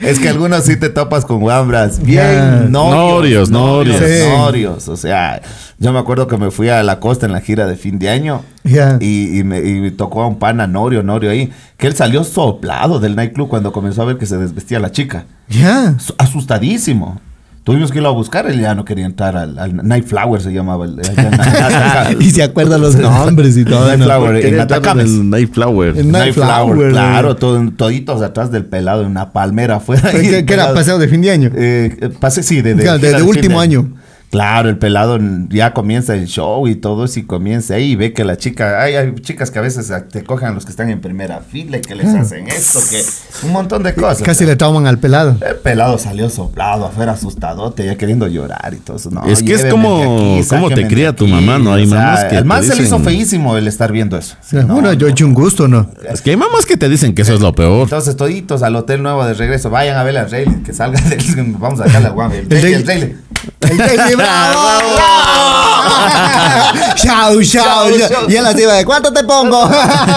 Es que algunos sí te topas con guambras. Bien, Ya. Norios, norios. Sí. norios. O sea, yo me acuerdo que me fui a la costa en la gira de fin de año. <laughs> Ya. <laughs> Y, y me, y me tocó a un pana Norio, Norio ahí. Que él salió soplado del nightclub cuando comenzó a ver que se desvestía la chica. <laughs> Ya. Su- Asustadísimo. Tuvimos que irlo a buscar, él ya no quería entrar al, al Night Flower, se llamaba. el- allá <laughs> en- allá en- Y se acuerda <laughs> los nombres y todo. Night ¿no? Flower, en Quería entrar Atacames. del Nightflower. En- Night Flower, Flower, claro, todo- toditos atrás del pelado, en una palmera afuera. ahí, ¿Qué, el <laughs> qué era? pelado. Paseo de fin de año. Eh, eh, pase, sí, de, Claro, de- gira de fin último año. Claro, el pelado n- ya comienza el show y todo eso y comienza ahí y ve que la chica, hay, hay chicas que a veces ah, te cojan los que están en primera fila y que les hacen esto, que un montón de cosas. Ah. Casi le trauman al pelado. El pelado salió soplado, afuera asustadote, ya queriendo llorar y todo eso. No, Es que es llévenme como- de aquí, como sáquenme te de cría tu aquí. mamá, ¿no? Hay O sea, mamás que Al te man se le dicen- hizo feísimo el estar viendo eso. bueno, yo he hecho un gusto, ¿no? Es que hay mamás que te dicen que eso es lo peor. Entonces, toditos al hotel nuevo de regreso, vayan a ver al Rayleigh, que salga del. <laughs> Vamos a sacarle al guan. El Rayleigh, el Rayleigh. <laughs> El Daily, bravo. <laughs> Chau, chau, Chau, chau. chau. Y él así va de, ¿cuánto te pongo?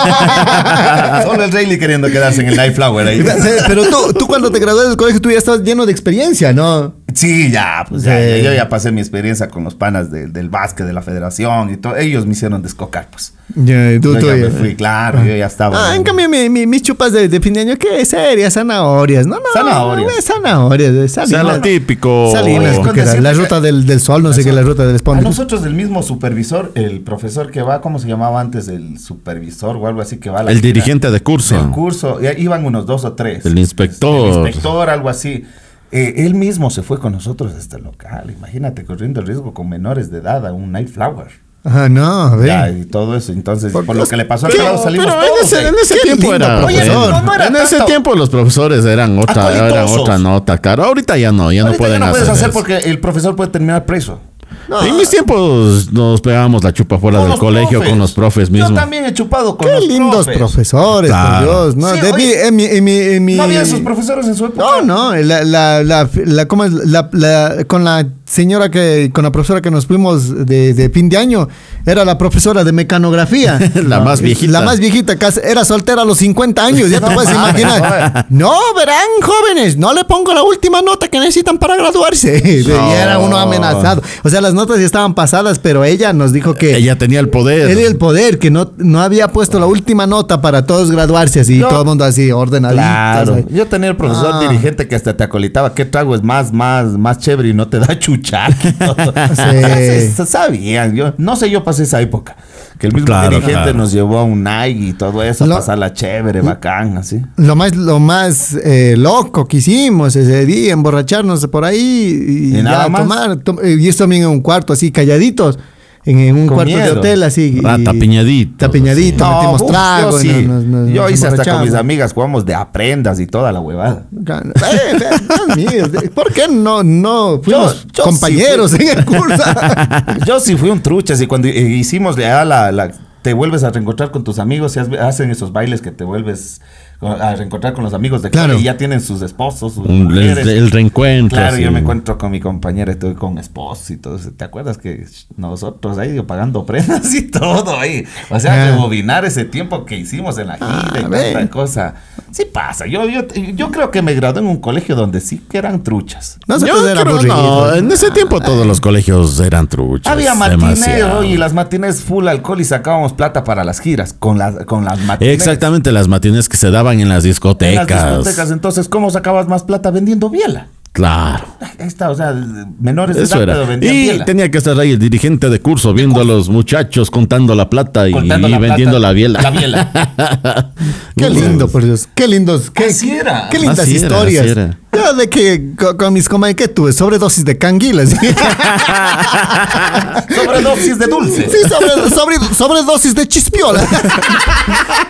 <laughs> <laughs> Solo el Rayleigh queriendo quedarse en el Night Flower ahí. Pero tú, tú cuando te graduaste del colegio, tú ya estabas lleno de experiencia, ¿no? Sí, ya, pues ya, Sí. ya, yo ya pasé mi experiencia con los panas de- del básquet, de la federación y todo. Ellos me hicieron descocar, pues. Ya, tú, Yo tú ya ya. me fui, claro, yo ya estaba. Ah, en cambio, mi- mi- mis chupas de, de fin de año, ¿qué? Serias, zanahorias. No, no. Zanahorias. no, zanahorias. eh, O sea, Salinas. lo típico. Salinas, Oye, creo que era. cuando La siempre- ruta del, del sol, no sé qué, la ruta del A espóndilo. nosotros del mismo supervisor, el profesor que va, ¿cómo se llamaba antes? El supervisor o algo así que va a la El gira dirigente de del curso. curso. ya Iban unos dos o tres. El El inspector. inspector, algo así. Eh, él mismo se fue con nosotros a este local. Imagínate corriendo el riesgo con menores de edad a un night flower. Ah, no, a ver. Ya, y todo eso. Entonces, por, lo que le pasó al ¿Qué? pelado salimos Pero todos. en ese, ahí. en ese Qué tiempo lindo era. profesor. Oye, no, no era en ese tanto. tiempo los profesores eran otra, eran Atolitosos. otra nota, claro. Ahorita ya no, ya no Ahorita ya pueden no puedes hacer. hacer eso. porque el profesor puede terminar preso. En mis tiempos nos pegábamos la chupa fuera Con del los colegio profes. con los profes mismos. Yo también he chupado con Qué los lindos profes. profesores, Claro. por Dios. No, Sí, de oye, mi- en mi- en mi- en mi- No había esos profesores en su época. No, no, la, la, la, la- ¿cómo es? La- la- con la señora que, con la profesora que nos fuimos de, de fin de año, era la profesora de mecanografía. La más viejita. La más viejita, casi- era soltera a los 50 años, ya te No puedes mames, imaginar. No, verán, jóvenes, no le pongo la última nota que necesitan para graduarse. <laughs> No. Y era uno amenazado. O sea, las notas ya estaban pasadas, pero ella nos dijo que... Ella tenía el poder. Él y el poder, que no, no había puesto la última nota para todos graduarse así, No. todo el mundo así, ordenadito. Claro. así. Yo tenía el profesor Ah. dirigente que hasta te acolitaba. ¿Qué trago es más, más, más chévere y no te da chuchar? <laughs> Sabían. Yo, no sé, yo pasé esa época. Que el mismo Claro, dirigente claro. nos llevó a un Nike y todo eso, Lo- a pasarla chévere, bacán, así. Lo más, lo más eh, loco que hicimos ese día, emborracharnos por ahí y, ¿Y ya nada más? tomar. tom- eh, y esto también en un cuarto así, calladitos, en, en un Con cuarto de miedo. hotel así. Ah, y- tapiñaditos, Tapiñadito, No, metimos uf, trago. Yo, sí. y nos- nos- Yo nos hice hasta con emborrachamos. mis amigas, jugamos de aprendas y toda la huevada. Eh, eh, Dios mío, ¿Por qué no, no fuimos yo sí compañeros fui. en <laughs> el curso? Yo sí fui un truchas y cuando eh, hicimos ya la, la- Te vuelves a reencontrar con tus amigos y has- hacen esos bailes que te vuelves con- a reencontrar con los amigos de Claro. Y ya tienen sus esposos, sus Un- mujeres. el, el reencuentro. Claro, así. yo me encuentro con mi compañera, estoy con esposo y todo eso. ¿Te acuerdas que nosotros ahí pagando prendas y todo ahí? O sea, Ah. rebobinar ese tiempo que hicimos en la Ah, gira y ve. tanta cosa. Sí pasa. Yo, yo, yo creo que me gradué en un colegio donde sí que eran truchas. Nosotros Yo era creo- aburrido. no, en ese tiempo todos los colegios eran truchas. Había matinés demasiado. y las matines full alcohol y sacábamos plata para las giras con las con las matines. Exactamente, las matines que se daban en las En las discotecas. discotecas, entonces, ¿cómo sacabas más plata vendiendo biela? Claro. Ahí está, o sea, menores de Eso edad, era. pero Pues, vendían Y biela. tenía que estar ahí el dirigente de curso viendo a los muchachos contando la plata y, Cortando la vendiendo plata, la biela. la biela. Qué lindo, por Dios. Qué lindos. <laughs> Qué, Así era. Qué lindas Así era, historias. así era. Yo de que co- con, mis comas que tuve sobredosis de <laughs> canguilas. <laughs> Sobredosis de dulce. Sí, sobre, sobre- sobredosis de chispiola. <laughs>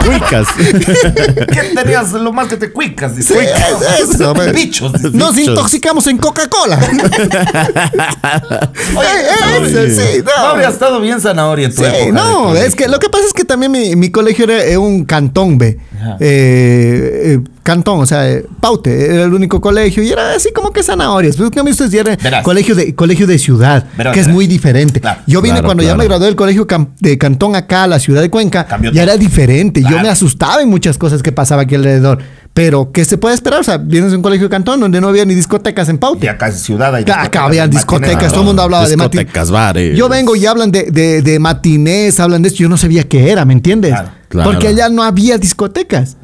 Cuicas. ¿Qué tenías? Lo más que te cuicas. dice. <laughs> Sí, Cuicas. es eso, ve. Bichos. dice. Nos Bichos. intoxicamos en <laughs> Coca-Cola. Oye, Eh, eh, sí, sí, no. no. habría estado bien zanahoria en tu Sí, época. de no, colegio. es que lo que pasa es que también mi, mi colegio era eh, un cantón, ve. Ajá. Eh, eh, cantón, o sea, eh, Paute, era el único colegio y era así como que zanahorias. Pero en cambio ustedes ya eran Verás. colegio de, colegio de ciudad, Verás, que es verás. muy diferente. Claro. Yo vine Claro, cuando ya me claro. gradué del colegio cam- de cantón acá a la ciudad de Cuenca, Cambió ya todo. era diferente. Yo Claro. me asustaba en muchas cosas que pasaba aquí alrededor. Pero, ¿qué se puede esperar? O sea, vienes de un colegio de cantón donde no había ni discotecas en Paute. Y acá en Ciudad hay <laughs> Acá habían discotecas, matinales. todo el mundo hablaba de Discotecas, bares. Yo vengo y hablan de, de, de matinés, hablan de esto. Yo no sabía qué era, ¿me entiendes? Claro, claro. Porque allá no había discotecas.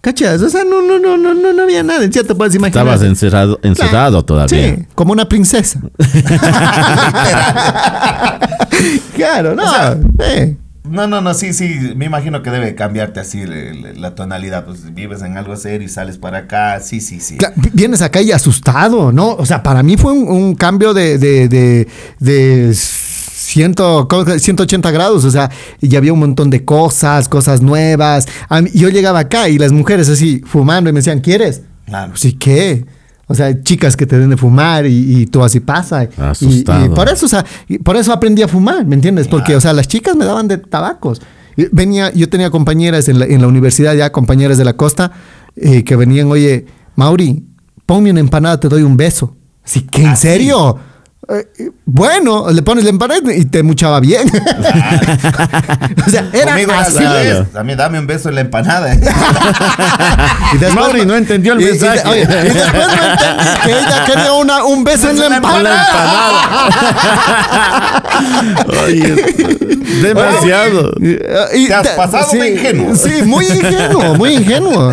¿Cachas? O sea, no, no, no, no, no, no había nada. Ya te puedes imaginar. <laughs> Estabas encerrado, encerrado todavía. <laughs> Sí, como una princesa. <laughs> claro, no. O sea, eh. No, no, no, sí, sí, me imagino que debe cambiarte así le- le- la tonalidad, pues vives en algo serio y sales para acá, sí, sí, sí. Cla- Vienes acá y asustado, ¿no? O sea, para mí fue un, un cambio de, de, de, de ciento- ¿cómo se dice? 180 grados, o sea, y había un montón de cosas, cosas nuevas. A mí- yo llegaba acá y las mujeres así fumando y me decían, ¿quieres? Claro. Sí, Pues, ¿qué? O sea, chicas que te den de fumar y, y todo así pasa. Y- Y, Asustado. y por eso, o sea, y por eso aprendí a fumar, ¿me entiendes? Porque, o sea, las chicas me daban de tabacos. Y Venía, yo tenía compañeras en la, en la universidad ya, compañeras de la costa, eh, que venían, oye, Mauri, ponme una empanada, te doy un beso. Sí, ¿qué? ¿En Ah, sí. serio? Eh, eh, bueno, le pones la empanada y te <laughs> muchaba bien. <laughs> o sea, era Conmigo así. al revés, Claro. También dame un beso en la empanada. ¿eh? Y después- Mauri no entendió el y- y- mensaje. oye, Y, después no entendí que ella quería una- un beso en la empanada. <laughs> Oye, demasiado. Eh, Y Te has pasado sí, de ingenuo. Sí, muy ingenuo, muy ingenuo.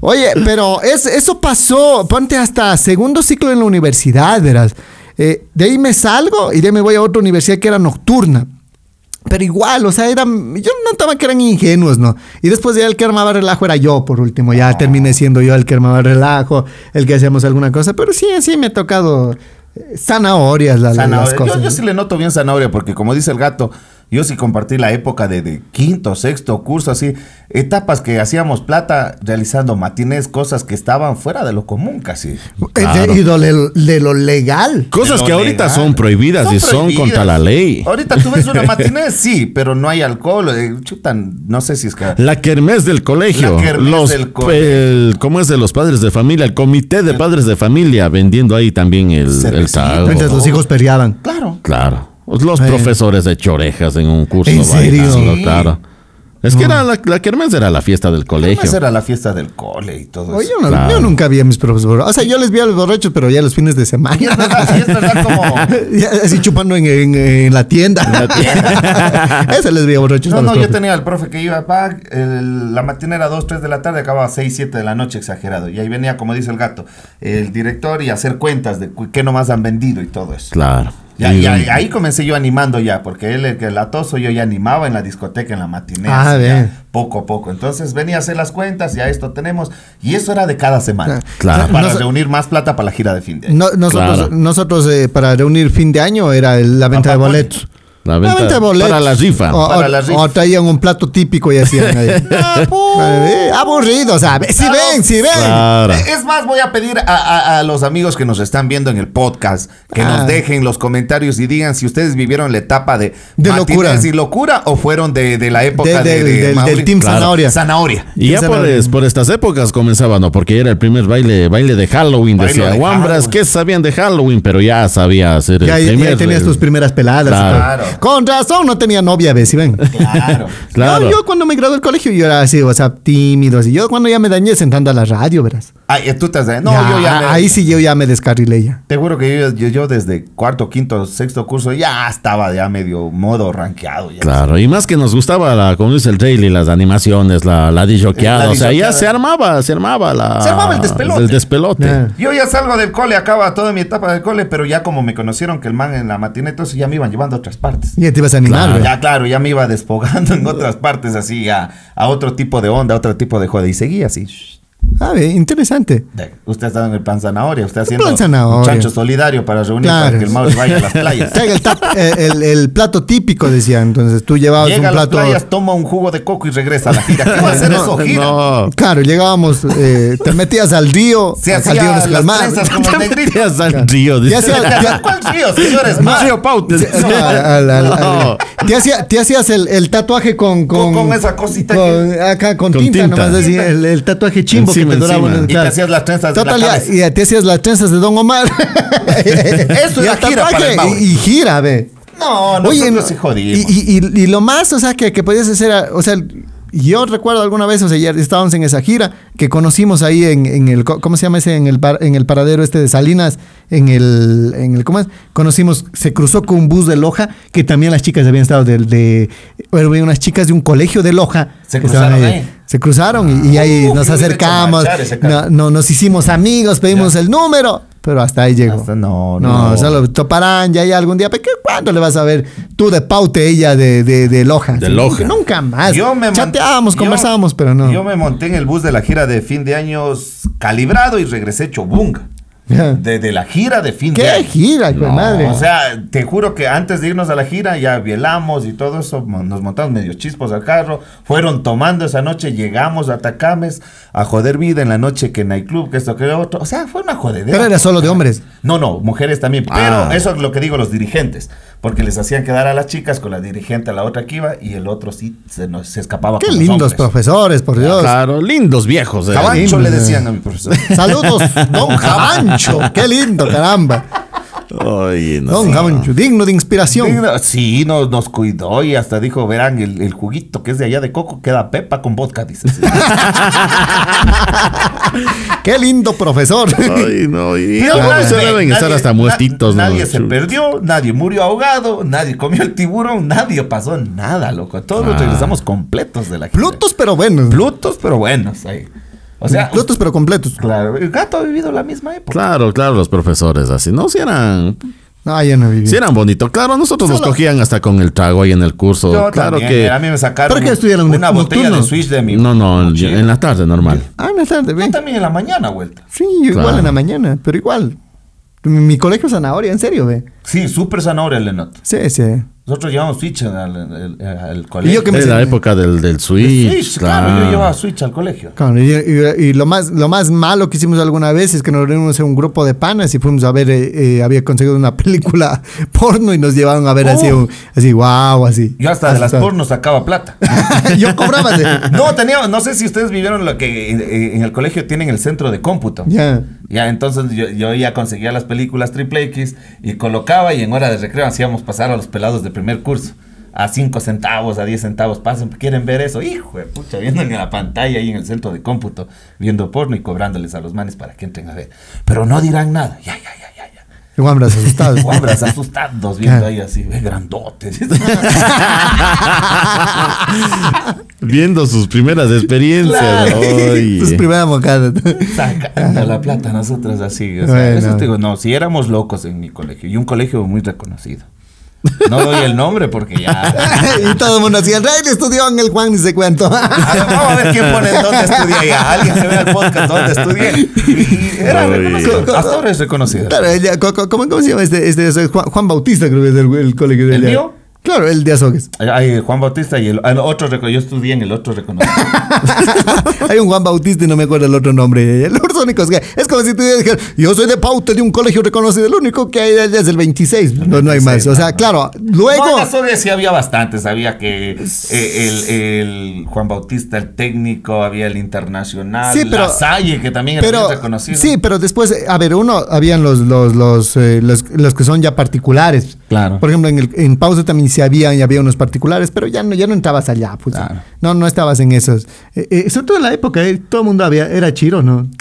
Oye, pero es, eso pasó, ponte hasta segundo ciclo en la universidad, verás. Eh, de ahí me salgo y de ahí me voy a otra universidad que era nocturna. Pero igual, o sea, eran, yo notaba que eran ingenuos, ¿no? Y después ya el que armaba relajo era yo, por último, ya Ah. terminé siendo yo el que armaba relajo, el que hacíamos alguna cosa, pero sí, sí me ha tocado eh, zanahorias la- la- las Zanahoria. cosas. Yo, yo ¿no? sí le noto bien zanahoria, porque como dice el gato, yo sí compartí la época de, de quinto, sexto curso, así, etapas que hacíamos plata realizando matines, cosas que estaban fuera de lo común casi. Eh, de- Claro. y de lo- de lo legal. Cosas Pero que ahorita legal. son prohibidas y son prohibidas. contra la ley. Ahorita tú <laughs> ves una matiné, sí, pero no hay alcohol. eh, chuta, no sé si es que. La kermés del colegio. La kermés los, del colegio. el- ¿Cómo es de los padres de familia? El comité de padres de familia vendiendo ahí también el, el Cervecita. trago. Mientras los hijos peleaban. Claro. Claro. Pues Los Ay. profesores de chorejas en un curso. ¿En serio? bailando, Sí. Claro. Es que era la, la kermés era la fiesta del colegio. Esa era la fiesta del cole y todo Oye, eso. yo, no- Claro. yo nunca vi a mis profesores. O sea, yo les vi a los borrachos, pero ya los fines de <laughs> semana. <laughs> Y es verdad, sí, es verdad como. Ya así chupando en, en- en la tienda. <laughs> Eso les vi a borrachos. a No, los no, yo profes. tenía al profe que iba, pa, el- la matinera era 2, 3 de la tarde, acababa 6, 7 de la noche, exagerado. Y ahí venía, como dice el gato, el director y hacer cuentas de cu- qué nomás han vendido y todo eso. Claro. Ya, Y- y ahí- ahí comencé yo animando ya, porque él, el que latoso, yo ya animaba en la discoteca, en la matinera. Ah, así, ya, bien. poco a poco. Entonces venía a hacer las cuentas, ya esto tenemos. Y eso era de cada semana. Claro. Para Nos- reunir más plata para la gira de fin de año. No- nosotros, Claro. nosotros eh, para reunir fin de año era el- la venta de Papá boletos. La venta- para la rifa. O, Para o- la rifa. o traían un plato típico y hacían <laughs> ahí. Eh, Aburrido, o sea, si Claro. ven, si ven. Claro. Eh, Es más, voy a pedir a, a- a los amigos que nos están viendo en el podcast que Ah. nos dejen los comentarios y digan si ustedes vivieron la etapa de, De matines locura. y locura o fueron de, de la época De- de, del- de del- Mauri- del team Claro. zanahoria. Zanahoria. Y ya Esa por, era la- es- por estas épocas comenzaba, ¿no? Porque era el primer baile, baile de Halloween, Baile decía. de Guambras, Halloween. ¿qué sabían de Halloween? Pero ya sabía hacer el Ya, ya primer- tenías tus primeras peladas. Claro. Claro. Con razón, no tenía novia, ve, si ven. Claro. Claro. No, yo cuando me gradué del colegio yo era así, o sea, tímido, así. Yo cuando ya me dañé sentando a la radio, verás. <laughs> Ay, tú te has de- No, Ya, yo ya. me- Ahí sí yo ya me descarrilé ya. Te juro que yo, yo, yo desde cuarto, quinto, sexto curso ya estaba ya medio modo rankeado. Ya. Claro, y más que nos gustaba, la, como dice el trailer, las animaciones, la, la disjoqueada, La o sea, ya disjoqueada. se armaba, se armaba la... Se armaba el despelote. El despelote. Ya. Yo ya salgo del cole, acaba toda mi etapa del cole, pero ya como me conocieron que el man en la matineta, entonces ya me iban llevando a otras partes. Ya te ibas a animar, Claro. ¿verdad? Ah, Ya, claro, ya me iba despogando <laughs> en otras partes, así, a, a otro tipo de onda, a otro tipo de joda. Y seguía así. shh, A ver, Ah, interesante. de- Usted está en el plan zanahoria, usted haciendo plan zanahoria. un chancho solidario para reunir Claro. para que el Mauro vaya a las <laughs> playas. Traiga el, tap- el- el- el plato típico, decía. Entonces tú llevabas Llega a un las plato. playas, toma un jugo de coco y regresa a la gira. <laughs> ¿Qué va a hacer No, eso, gira? No, Claro, llegábamos, eh, te metías al río, Se al hacía río no es las calmar. trenzas como el negrito. ya al río, Ya dice. hacía- <laughs> ¿Cuál río, señores? Mario Pautes. No, al- al- al- No. Te, hacía- te hacías el, el tatuaje con, con. Con- con esa cosita Con, acá, con, Con tinta, tinta. nomás así, el, el tatuaje chimbo Encima, que te duraba. encima. una- Y te hacías las trenzas de la Total, ya- cabeza. ya te hacías las trenzas de Don Omar. Eso Y era gira el para tatuaje, el Mauro. y, y gira, ve. No, nosotros Oye, no- sí jodimos. Y, y- y- y lo más, o sea, que, que podías hacer, a- o sea, yo recuerdo alguna vez, o sea, ya estábamos en esa gira que conocimos ahí en, en el, co- ¿cómo se llama ese? En el, par- en el paradero este de Salinas, en el, en el, ¿cómo es? Conocimos, se cruzó con un bus de Loja, que también las chicas habían estado del, de, bueno, había unas chicas de un colegio de Loja. Se que estaban cruzaron ahí. Se cruzaron y, y ahí Uh, nos yo hubiera hecho acercamos, marchar ese carro. no, no, nos hicimos amigos, pedimos el número, pero hasta ahí llegó. Hasta no, No, no. o sea, lo Pues, toparán ya, ya algún día. ¿Pero qué, ¿Cuándo le vas a ver tú de paute ella de, de, de Loja? De Sí, Loja. Nunca más. Yo me mont- ah, Chateábamos, yo- conversábamos, pero no. <laughs> Yo me monté en el bus de la gira de fin de años calibrado y regresé chobunga. De, de la gira de fin de ¿Qué año. gira, hijo de Pues madre? O sea, te juro que antes de irnos a la gira ya velamos y todo eso, mo- nos montamos medio chispos al carro, fueron tomando esa noche, llegamos a Atacames a joder vida en la noche que nightclub, que esto, que lo otro. O sea, fue una jodedera. pero era solo de hombres. No, no, mujeres también. Ah. Pero eso es lo que digo los dirigentes. Porque les hacían quedar a las chicas con la dirigente a la otra que iba y el otro sí se, nos, se escapaba. Qué con los lindos hombres. profesores, por Dios. Claro, lindos viejos. eh. Cabancho le lindos, decían a mi <laughs> profesor. Saludos, <laughs> don Jabancho. Qué lindo, caramba. Ay, no. Don Jabancho, digno de inspiración. Digno- Sí, nos, nos cuidó y hasta dijo, verán, el, el juguito que es de allá de coco queda pepa con vodka, <laughs> dice. Qué lindo <laughs> profesor. Ay, no. Y Pero algunos bueno, se eh, deben estar nadie- hasta na- muertitos. ¿no? Nadie se Chu- perdió, nadie murió ahogado, nadie comió el tiburón, nadie pasó nada, loco. Todos Ah. regresamos completos de la gira. Plutos, pero buenos. Plutos, pero buenos ahí. O sea, Plutos, pero completos. claro, el gato ha vivido la misma época. Claro, claro, los profesores así. No, si eran, No, yo no viví. si eran bonitos. Claro, nosotros nos Solo- cogían hasta con el trago ahí en el curso. Yo claro también, que. A mí me sacaron ¿Pero qué estudiaron? una botella de ¿Nocturno? switch de mi. No, no, yo- en la tarde normal. Ah, me tarde, Yo ven. también en la mañana, vuelta. Sí, yo igual Claro. en la mañana, pero igual. Mi, mi colegio es zanahoria, en serio, ve. Sí, súper zanahoria, Lenot. Sí, sí. Nosotros llevamos switch al, al- al- al colegio. Y yo que me Es la sé- época del, del switch. Switch, claro, yo pues, claro. llevaba switch al colegio. Claro, y y- y lo, más, lo más malo que hicimos alguna vez es que nos reunimos en un grupo de panas y fuimos a ver, eh, eh, había conseguido una <laughs> película porno y nos llevaron a ver así, Oh. un- así, wow, así. Yo hasta de las pornos sacaba plata. <laughs> <laughs> Yo cobraba de- No, tenía, no sé si ustedes vivieron lo que en, en el colegio tienen el centro de cómputo. Ya. Ya, entonces yo, yo ya conseguía las películas triple X y colocaba y en hora de recreo hacíamos pasar a los pelados de primer curso. A 5 centavos, a 10 centavos, pasen, quieren ver eso. Hijo de pucha, viendo en la pantalla ahí en el centro de cómputo, viendo porno y cobrándoles a los manes para que entren a ver. Pero no dirán nada. Ya, ya, ya, ya, ya. Igual me asustado. <laughs> Guambras Pues, asustados viendo ahí así, "Ve, grandotes. <laughs> Viendo sus primeras experiencias. Claro. oye. Tus primeras mocadas. sacando la plata nosotros así. o sea, Bueno. Eso te digo, no, si éramos locos en mi colegio, y un colegio muy reconocido. No doy el nombre porque ya. <laughs> <laughs> y todo el mundo hacía, el rey estudió en el Juan, ni <laughs> se cuento. A ver, vamos a ver quién pone dónde estudia ya. Alguien que vea el podcast dónde estudié. Y Era Ay. reconocido. Hasta ahora es reconocido. Claro, el de- co- co- ¿cómo, ¿cómo se llama este? este de- Juan, Juan Bautista, creo que es el, el colegio de ¿El allá. mío? Claro, el de Azogues. Hay Juan Bautista y el, el otro reco- Yo estudié en el otro reconocido. <laughs> Hay un Juan Bautista y no me acuerdo el otro nombre. Los únicos que. Es como si tú dijeras, yo soy de Paute de un colegio reconocido. El único que hay de allá es el 26. No, no hay más. O sea, claro, luego. No, en Azores sí había bastantes. Había que eh, el, el Juan Bautista, el técnico, había el internacional, Sí, pero- la Salle, que también era Pero, bien reconocido. sí, pero después, eh, a ver, uno, habían los, los, los, eh, los, los que son ya particulares. Claro. Por ejemplo, en, el, en Pausa también se habían y había unos particulares, pero ya no, ya no entrabas allá, pues. Claro. No, no estabas en esos. Eh, eh, sobre todo en la época, eh, todo el mundo había, era chiro, ¿no? Digo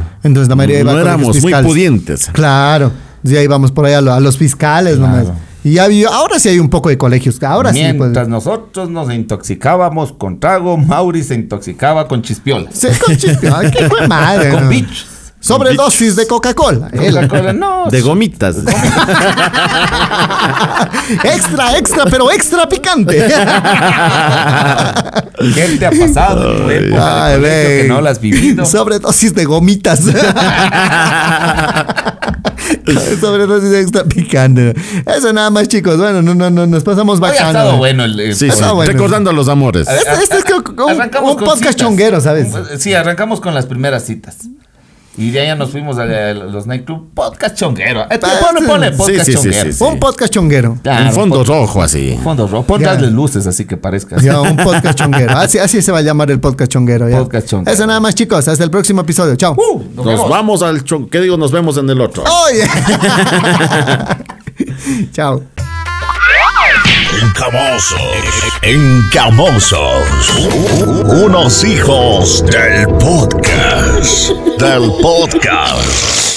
yo. Entonces la mayoría iba No a colegios éramos muy fiscales. pudientes. Claro. Entonces ya íbamos por allá a, lo- a los fiscales nomás. Y ya había- ahora sí hay un poco de colegios. Ahora sí, Mientras pues. nosotros nos intoxicábamos con trago, Mauri se intoxicaba con chispiolas. Sí, con chiste. Ay, qué fue madre. Con ¿no? bichos. Sobredosis de Coca-Cola. Él. <laughs> Coca-Cola, no. De <laughs> gomitas. extra, extra, pero extra <laughs> picante. ¿Qué te ha pasado? en tu época de Ay, colegio ve. que no las has vivido. <laughs> Sobredosis de gomitas. <laughs> <laughs> Sobredosis extra picante. Eso nada más, chicos. Bueno, no, no, no, nos pasamos Hoy ha bacano. estado bueno el, el Sí, sí. podcast. Ah, bueno. Recordando los amores. Este, este es como un, Arrancamos un con podcast citas. Pues, chonguero, ¿sabes? Sí, arrancamos con las primeras citas. Y de allá nos fuimos a la- a los nightclub. Podcast chonguero. Eh, pone, pone Ah, Sí, podcast sí, sí, chonguero. sí, sí. Un podcast chonguero. Claro, un fondo podcast- rojo así. Fondo rojo. Pon Ya. darle luces así que parezca. Ya, un podcast chonguero. Así, así se va a llamar el podcast chonguero. ya. Podcast chonguero. Eso nada más, chicos. Hasta el próximo episodio. Chao. Uh, <laughs> nos Nos vemos. vamos al chon... ¿Qué digo? Nos vemos en el otro. Oye. <laughs> Chao. Encamosos. Encamosos. Unos hijos del podcast. Del podcast.